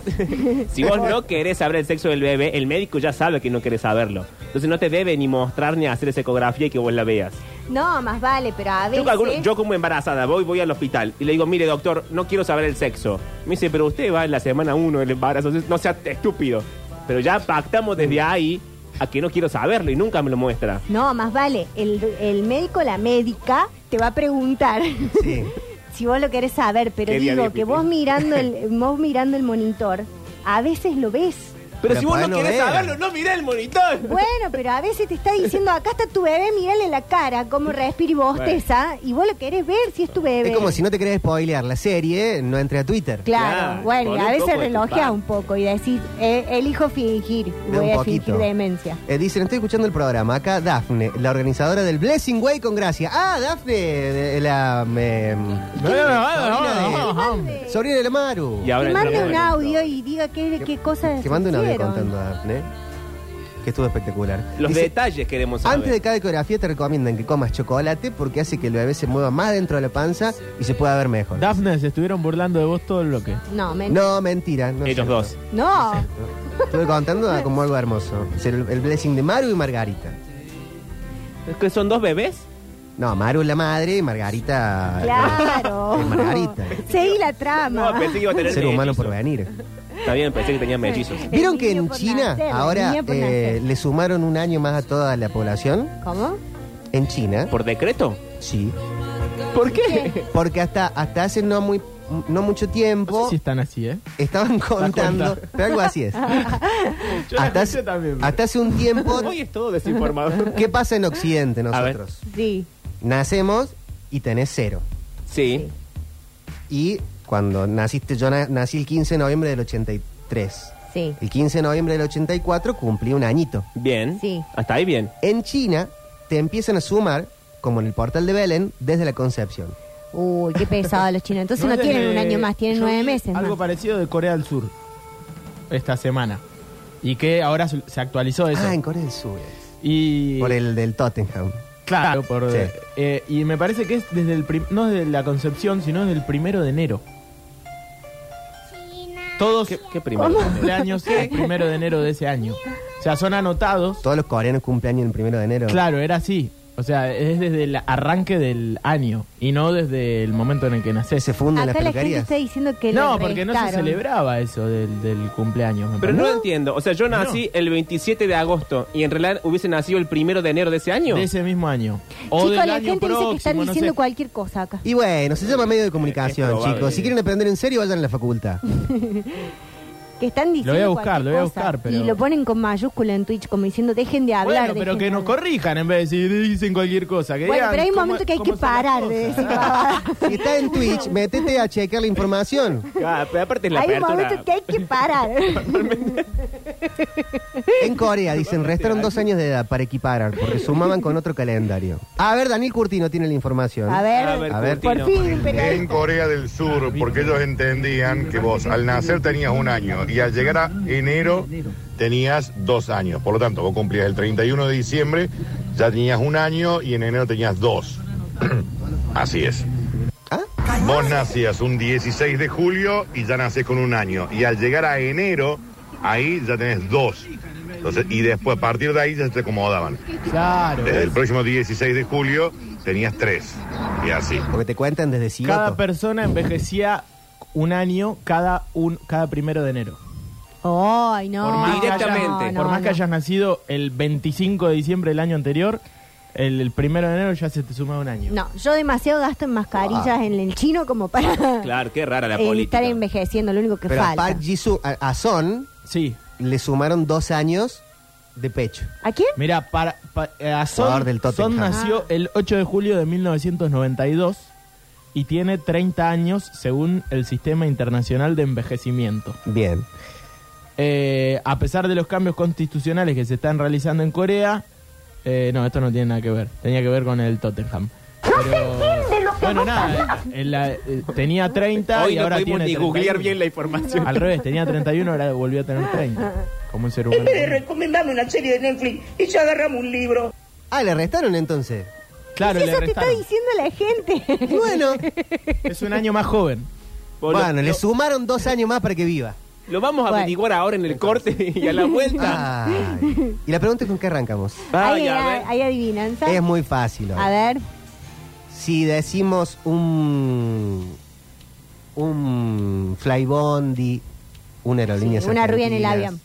[SPEAKER 2] si vos no querés saber el sexo del bebé, el médico ya sabe que no querés saberlo. Entonces no te debe ni mostrar ni hacer esa ecografía y que vos la veas.
[SPEAKER 3] No, más vale, pero a
[SPEAKER 2] Yo,
[SPEAKER 3] veces...
[SPEAKER 2] calculo- yo como embarazada voy voy al hospital y le digo, mire doctor, no quiero saber el sexo. Me dice, pero usted va en la semana 1 del embarazo, entonces no sea estúpido. Pero ya pactamos desde ahí a que no quiero saberlo y nunca me lo muestra.
[SPEAKER 3] No, más vale, el, el médico, la médica, te va a preguntar.
[SPEAKER 1] Sí.
[SPEAKER 3] si vos lo querés saber, pero
[SPEAKER 2] Qué día
[SPEAKER 3] digo
[SPEAKER 2] bien,
[SPEAKER 3] que
[SPEAKER 2] Pipi.
[SPEAKER 3] vos mirando, el, vos mirando el monitor, a veces lo ves.
[SPEAKER 2] Pero,
[SPEAKER 1] Pero
[SPEAKER 2] si vos
[SPEAKER 1] podés
[SPEAKER 2] no
[SPEAKER 1] no
[SPEAKER 2] querés
[SPEAKER 1] ver.
[SPEAKER 2] saberlo, no mirá el monitor.
[SPEAKER 3] Bueno, pero a veces te está diciendo, acá está tu bebé, mírale la cara, cómo respira y bosteza, y vos lo querés ver si es tu bebé.
[SPEAKER 1] Es como si no te querés spoilear la serie, no entre a Twitter.
[SPEAKER 3] Claro,
[SPEAKER 2] Claro,
[SPEAKER 3] bueno, y
[SPEAKER 2] con
[SPEAKER 3] a
[SPEAKER 2] un
[SPEAKER 3] veces
[SPEAKER 2] poco de
[SPEAKER 3] relojeas
[SPEAKER 2] culpa.
[SPEAKER 3] un poco y decís, eh, elijo fingir,
[SPEAKER 1] De
[SPEAKER 3] voy
[SPEAKER 1] un
[SPEAKER 3] a fingir
[SPEAKER 1] poquito.
[SPEAKER 3] demencia.
[SPEAKER 1] Eh, dicen, estoy escuchando el programa. Acá Dafne, la organizadora del Blessing Way con Gracia. Ah, Dafne, de la... eh,
[SPEAKER 4] No, no, no, no,
[SPEAKER 1] sobrina
[SPEAKER 4] no, no, no.
[SPEAKER 1] de- Sobrina de la Maru.
[SPEAKER 2] Y ahora
[SPEAKER 3] Que
[SPEAKER 2] entramos
[SPEAKER 3] mande
[SPEAKER 2] en
[SPEAKER 3] un
[SPEAKER 2] el
[SPEAKER 3] audio y diga qué, qué cosas
[SPEAKER 1] Que mande un audio
[SPEAKER 3] hicieron.
[SPEAKER 1] contando a Dafne. Que estuvo espectacular.
[SPEAKER 2] Los
[SPEAKER 1] Dice,
[SPEAKER 2] detalles queremos saber.
[SPEAKER 1] Antes de cada ecografía te recomiendan que comas chocolate porque hace que el bebé se mueva más dentro de la panza y se pueda ver mejor.
[SPEAKER 4] Dafne, se estuvieron burlando de vos todo el bloque.
[SPEAKER 3] No, men- no.
[SPEAKER 1] No, mentira. No es
[SPEAKER 2] Ellos
[SPEAKER 1] cierto.
[SPEAKER 2] dos.
[SPEAKER 1] Estuve contando como algo hermoso. Es El, el blessing de Maru y Margarita.
[SPEAKER 2] ¿Es que son dos bebés?
[SPEAKER 1] No, Maru es la madre y Margarita.
[SPEAKER 3] claro.
[SPEAKER 1] Es Margarita.
[SPEAKER 3] Seguí la trama.
[SPEAKER 2] No, pensé que iba a tener
[SPEAKER 1] Ser humano por
[SPEAKER 2] mellizos.
[SPEAKER 1] venir.
[SPEAKER 2] Está bien, pensé que tenía mellizos.
[SPEAKER 3] El
[SPEAKER 1] ¿Vieron que
[SPEAKER 3] niño
[SPEAKER 1] en
[SPEAKER 3] por
[SPEAKER 1] China
[SPEAKER 3] nacer, el
[SPEAKER 1] ahora
[SPEAKER 3] niño por
[SPEAKER 1] eh,
[SPEAKER 3] nacer.
[SPEAKER 1] le sumaron un año más a toda la población?
[SPEAKER 3] ¿Cómo?
[SPEAKER 1] En China.
[SPEAKER 2] ¿Por decreto?
[SPEAKER 1] Sí.
[SPEAKER 2] ¿Por qué?
[SPEAKER 1] Porque hasta, hasta hace no muy no mucho
[SPEAKER 4] No
[SPEAKER 1] tiempo
[SPEAKER 4] sé si están así, ¿eh?
[SPEAKER 1] estaban contando.
[SPEAKER 4] cuenta.
[SPEAKER 1] Pero algo así es.
[SPEAKER 4] Yo la
[SPEAKER 1] hasta,
[SPEAKER 4] escuché
[SPEAKER 1] hace-
[SPEAKER 4] también, pero-
[SPEAKER 1] hasta hace un tiempo.
[SPEAKER 2] Hoy es todo desinformado.
[SPEAKER 1] ¿Qué pasa en Occidente
[SPEAKER 2] A ver.
[SPEAKER 1] nosotros?
[SPEAKER 3] Sí.
[SPEAKER 1] Nacemos y tenés cero.
[SPEAKER 2] Sí.
[SPEAKER 1] Y cuando naciste, yo na- nací el 15 de noviembre del 83.
[SPEAKER 3] Sí.
[SPEAKER 1] El 15 de noviembre del 84 cumplí un añito.
[SPEAKER 2] Bien.
[SPEAKER 3] Sí.
[SPEAKER 2] Hasta ahí bien.
[SPEAKER 1] En China te empiezan a sumar, como en el portal de Belén, desde la concepción.
[SPEAKER 3] Uy, qué pesado los chinos. Entonces no,
[SPEAKER 4] es
[SPEAKER 3] tienen
[SPEAKER 4] de-
[SPEAKER 3] un año más, tienen
[SPEAKER 4] yo
[SPEAKER 3] nueve
[SPEAKER 4] vi
[SPEAKER 3] meses
[SPEAKER 4] Algo
[SPEAKER 3] más.
[SPEAKER 4] parecido de Corea del Sur esta semana. Y que ahora se se actualizó eso.
[SPEAKER 1] Ah, en Corea del Sur. es.
[SPEAKER 4] y
[SPEAKER 1] Por el del Tottenham.
[SPEAKER 3] Ah,
[SPEAKER 4] Claro, por-
[SPEAKER 1] Sí.
[SPEAKER 4] eh, y me parece que es desde el prim- no desde la concepción, sino desde el primero de enero. Todos
[SPEAKER 2] ¿Qué, qué primero?
[SPEAKER 4] primeros cumpleaños el primero de enero de ese año. O sea, son anotados.
[SPEAKER 1] Todos los coreanos cumpleaños el primero de enero.
[SPEAKER 4] Claro, era así. O sea, es desde el arranque del año y no desde el momento en el que nacés.
[SPEAKER 1] Se fundan las
[SPEAKER 3] Acá la gente
[SPEAKER 1] peluquerías.
[SPEAKER 3] está diciendo que
[SPEAKER 4] No,
[SPEAKER 3] lo
[SPEAKER 4] porque no se
[SPEAKER 3] restaron.
[SPEAKER 4] celebraba eso del, del cumpleaños. me
[SPEAKER 2] Pero no,
[SPEAKER 4] parece.
[SPEAKER 2] lo entiendo. O sea, yo nací el 27 de agosto y en realidad hubiese nacido el primero de enero de ese año.
[SPEAKER 4] de ese mismo año. O
[SPEAKER 3] Chicos,
[SPEAKER 4] del
[SPEAKER 3] la
[SPEAKER 4] año
[SPEAKER 3] gente dice que están
[SPEAKER 4] próximo, no
[SPEAKER 3] diciendo
[SPEAKER 4] sé.
[SPEAKER 3] cualquier cosa acá.
[SPEAKER 1] Y bueno, se llama medio de comunicación,
[SPEAKER 2] Es probable.
[SPEAKER 1] chicos. Si quieren aprender en serio, vayan a la facultad.
[SPEAKER 3] Que están diciendo
[SPEAKER 4] voy a buscar,
[SPEAKER 3] cualquier
[SPEAKER 4] lo voy a
[SPEAKER 3] cosa.
[SPEAKER 4] buscar, pero-
[SPEAKER 3] Y lo ponen con mayúscula en Twitch, como diciendo, dejen de hablar.
[SPEAKER 4] Bueno, pero
[SPEAKER 3] dejen
[SPEAKER 4] que
[SPEAKER 3] de
[SPEAKER 4] nos
[SPEAKER 3] hablar".
[SPEAKER 4] corrijan en vez de decir, dicen cualquier cosa. que
[SPEAKER 3] Bueno,
[SPEAKER 4] digan
[SPEAKER 3] pero hay un
[SPEAKER 4] cómo-
[SPEAKER 3] momento que hay que
[SPEAKER 4] cómo son las
[SPEAKER 3] parar de
[SPEAKER 4] cosas.
[SPEAKER 3] decir "Ah, pavadas.
[SPEAKER 1] Si está en Twitch, métete a chequear la información.
[SPEAKER 2] Ah, pero aparte es la
[SPEAKER 3] Hay un
[SPEAKER 2] apertura.
[SPEAKER 3] momento que hay que parar.
[SPEAKER 1] En Corea, dicen, restaron dos años de edad para equiparar, porque sumaban con otro calendario. A ver, Daniel Curtino tiene la información.
[SPEAKER 3] A
[SPEAKER 2] A
[SPEAKER 3] ver,
[SPEAKER 2] ver,
[SPEAKER 1] A ver,
[SPEAKER 2] Curtino.
[SPEAKER 3] por fin,
[SPEAKER 5] En
[SPEAKER 3] pero...
[SPEAKER 5] Corea del Sur, porque ellos entendían que vos al nacer tenías un año y al llegar a enero tenías dos años. Por lo tanto, vos cumplías el 31 de diciembre, ya tenías un año y en enero tenías dos. Así es.
[SPEAKER 1] ¿Ah?
[SPEAKER 5] Vos nacías un 16 de julio y ya nacés con un año. Y al llegar a enero, ahí ya tenés dos. Entonces, y después, a partir de ahí, ya se acomodaban.
[SPEAKER 4] Claro.
[SPEAKER 5] Desde el próximo 16 de julio tenías tres. Y así.
[SPEAKER 1] Porque te cuentan desde
[SPEAKER 4] Cada
[SPEAKER 1] Cigoto.
[SPEAKER 4] persona envejecía un año cada, un, cada primero de enero.
[SPEAKER 3] Ay, no.
[SPEAKER 4] Por más que
[SPEAKER 2] Directamente.
[SPEAKER 3] no, no,
[SPEAKER 4] Por más que
[SPEAKER 3] no.
[SPEAKER 4] hayas nacido el 25 de diciembre del año anterior, el, el primero de enero ya se te suma un año.
[SPEAKER 3] No, yo demasiado gasto en mascarillas
[SPEAKER 4] Ah.
[SPEAKER 3] en el chino como para
[SPEAKER 2] Claro, qué rara la
[SPEAKER 3] eh,
[SPEAKER 2] política.
[SPEAKER 3] estar envejeciendo, lo único que
[SPEAKER 1] Pero a
[SPEAKER 3] falta.
[SPEAKER 1] Park Jisoo, a, a Son,
[SPEAKER 4] Sí.
[SPEAKER 1] le sumaron dos años de pecho.
[SPEAKER 3] ¿A quién?
[SPEAKER 4] Mira, para, pa- eh, a
[SPEAKER 1] Jugador
[SPEAKER 4] Son,
[SPEAKER 1] del Tottenham.
[SPEAKER 4] Son
[SPEAKER 3] Ah.
[SPEAKER 4] nació el 8 de julio de 1992 y tiene 30 años según el Sistema Internacional de Envejecimiento.
[SPEAKER 1] Bien.
[SPEAKER 4] Eh, a pesar de los cambios constitucionales que se están realizando en Corea, eh, no, esto no tiene nada que ver, tenía que ver con el Tottenham. bueno, nada, eh, la- eh, tenía 30
[SPEAKER 2] Hoy
[SPEAKER 4] y
[SPEAKER 2] no
[SPEAKER 4] ahora
[SPEAKER 2] pudimos
[SPEAKER 4] tiene
[SPEAKER 2] ni googlear
[SPEAKER 4] 31.
[SPEAKER 2] bien la información.
[SPEAKER 4] Al revés, tenía 31, ahora volvió a tener 30. Como un ser
[SPEAKER 6] En
[SPEAKER 4] humano.
[SPEAKER 6] vez de recomendarme una serie de Netflix y ya agarramos un libro.
[SPEAKER 1] Ah, le restaron entonces.
[SPEAKER 4] Claro,
[SPEAKER 3] Si
[SPEAKER 4] le
[SPEAKER 3] eso te está
[SPEAKER 4] restaron.
[SPEAKER 3] diciendo la gente.
[SPEAKER 1] Bueno,
[SPEAKER 4] Es un año más joven.
[SPEAKER 2] Vos lo-
[SPEAKER 1] bueno,
[SPEAKER 2] lo,
[SPEAKER 1] le sumaron dos años más para que viva.
[SPEAKER 2] lo vamos a
[SPEAKER 3] Bueno.
[SPEAKER 2] averiguar ahora en el corte y a la vuelta.
[SPEAKER 1] Ah. Ay. Y la pregunta es con qué arrancamos.
[SPEAKER 3] Hay,
[SPEAKER 2] Ay, a ver.
[SPEAKER 3] hay adivinanza.
[SPEAKER 1] Es muy fácil. hoy.
[SPEAKER 3] A ver,
[SPEAKER 1] Si decimos un un flybondi, una aerolínea
[SPEAKER 3] Sí, una rubia en el
[SPEAKER 1] argentinas,
[SPEAKER 3] avión.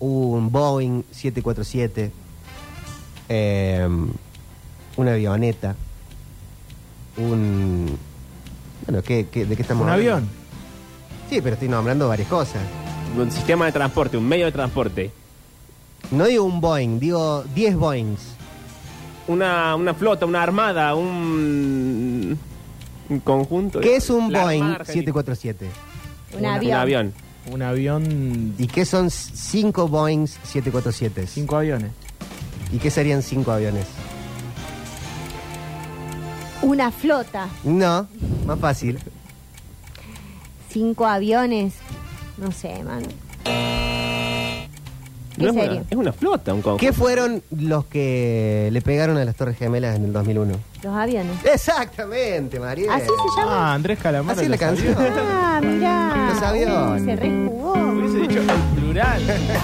[SPEAKER 1] un Boeing 747, eh, una avioneta, un bueno, ¿qué, qué- de qué estamos
[SPEAKER 4] Un
[SPEAKER 1] hablando?
[SPEAKER 4] avión.
[SPEAKER 1] Sí, pero estoy nombrando varias cosas.
[SPEAKER 2] Un sistema de transporte, un medio de transporte.
[SPEAKER 1] No digo un Boeing, digo 10 Boeings.
[SPEAKER 2] Una, una flota, una armada, un, un conjunto.
[SPEAKER 1] ¿Qué es un
[SPEAKER 2] La
[SPEAKER 1] Boeing
[SPEAKER 2] Armada Argentina.
[SPEAKER 1] 747?
[SPEAKER 3] un
[SPEAKER 4] Una-
[SPEAKER 3] avión.
[SPEAKER 2] Un avión.
[SPEAKER 4] Un avión.
[SPEAKER 1] ¿Y qué son 5 Boeing 747?
[SPEAKER 4] Cinco aviones.
[SPEAKER 1] ¿Y qué serían 5 aviones?
[SPEAKER 3] Una flota.
[SPEAKER 1] No, más fácil.
[SPEAKER 3] Cinco aviones. No sé, mano. ¿Qué
[SPEAKER 2] No es, una,
[SPEAKER 3] sería?
[SPEAKER 2] es una flota, un conjunto.
[SPEAKER 1] ¿Qué fueron los que le pegaron a las Torres Gemelas en el 2001?
[SPEAKER 3] Los aviones.
[SPEAKER 1] Exactamente, María.
[SPEAKER 3] Así se llama.
[SPEAKER 4] Ah, Andrés Calamaro.
[SPEAKER 1] Así es la
[SPEAKER 4] lo sabía.
[SPEAKER 1] canción.
[SPEAKER 3] Ah, mirá.
[SPEAKER 1] Los aviones.
[SPEAKER 3] Se rejugó.
[SPEAKER 4] Hubiese dicho el plural.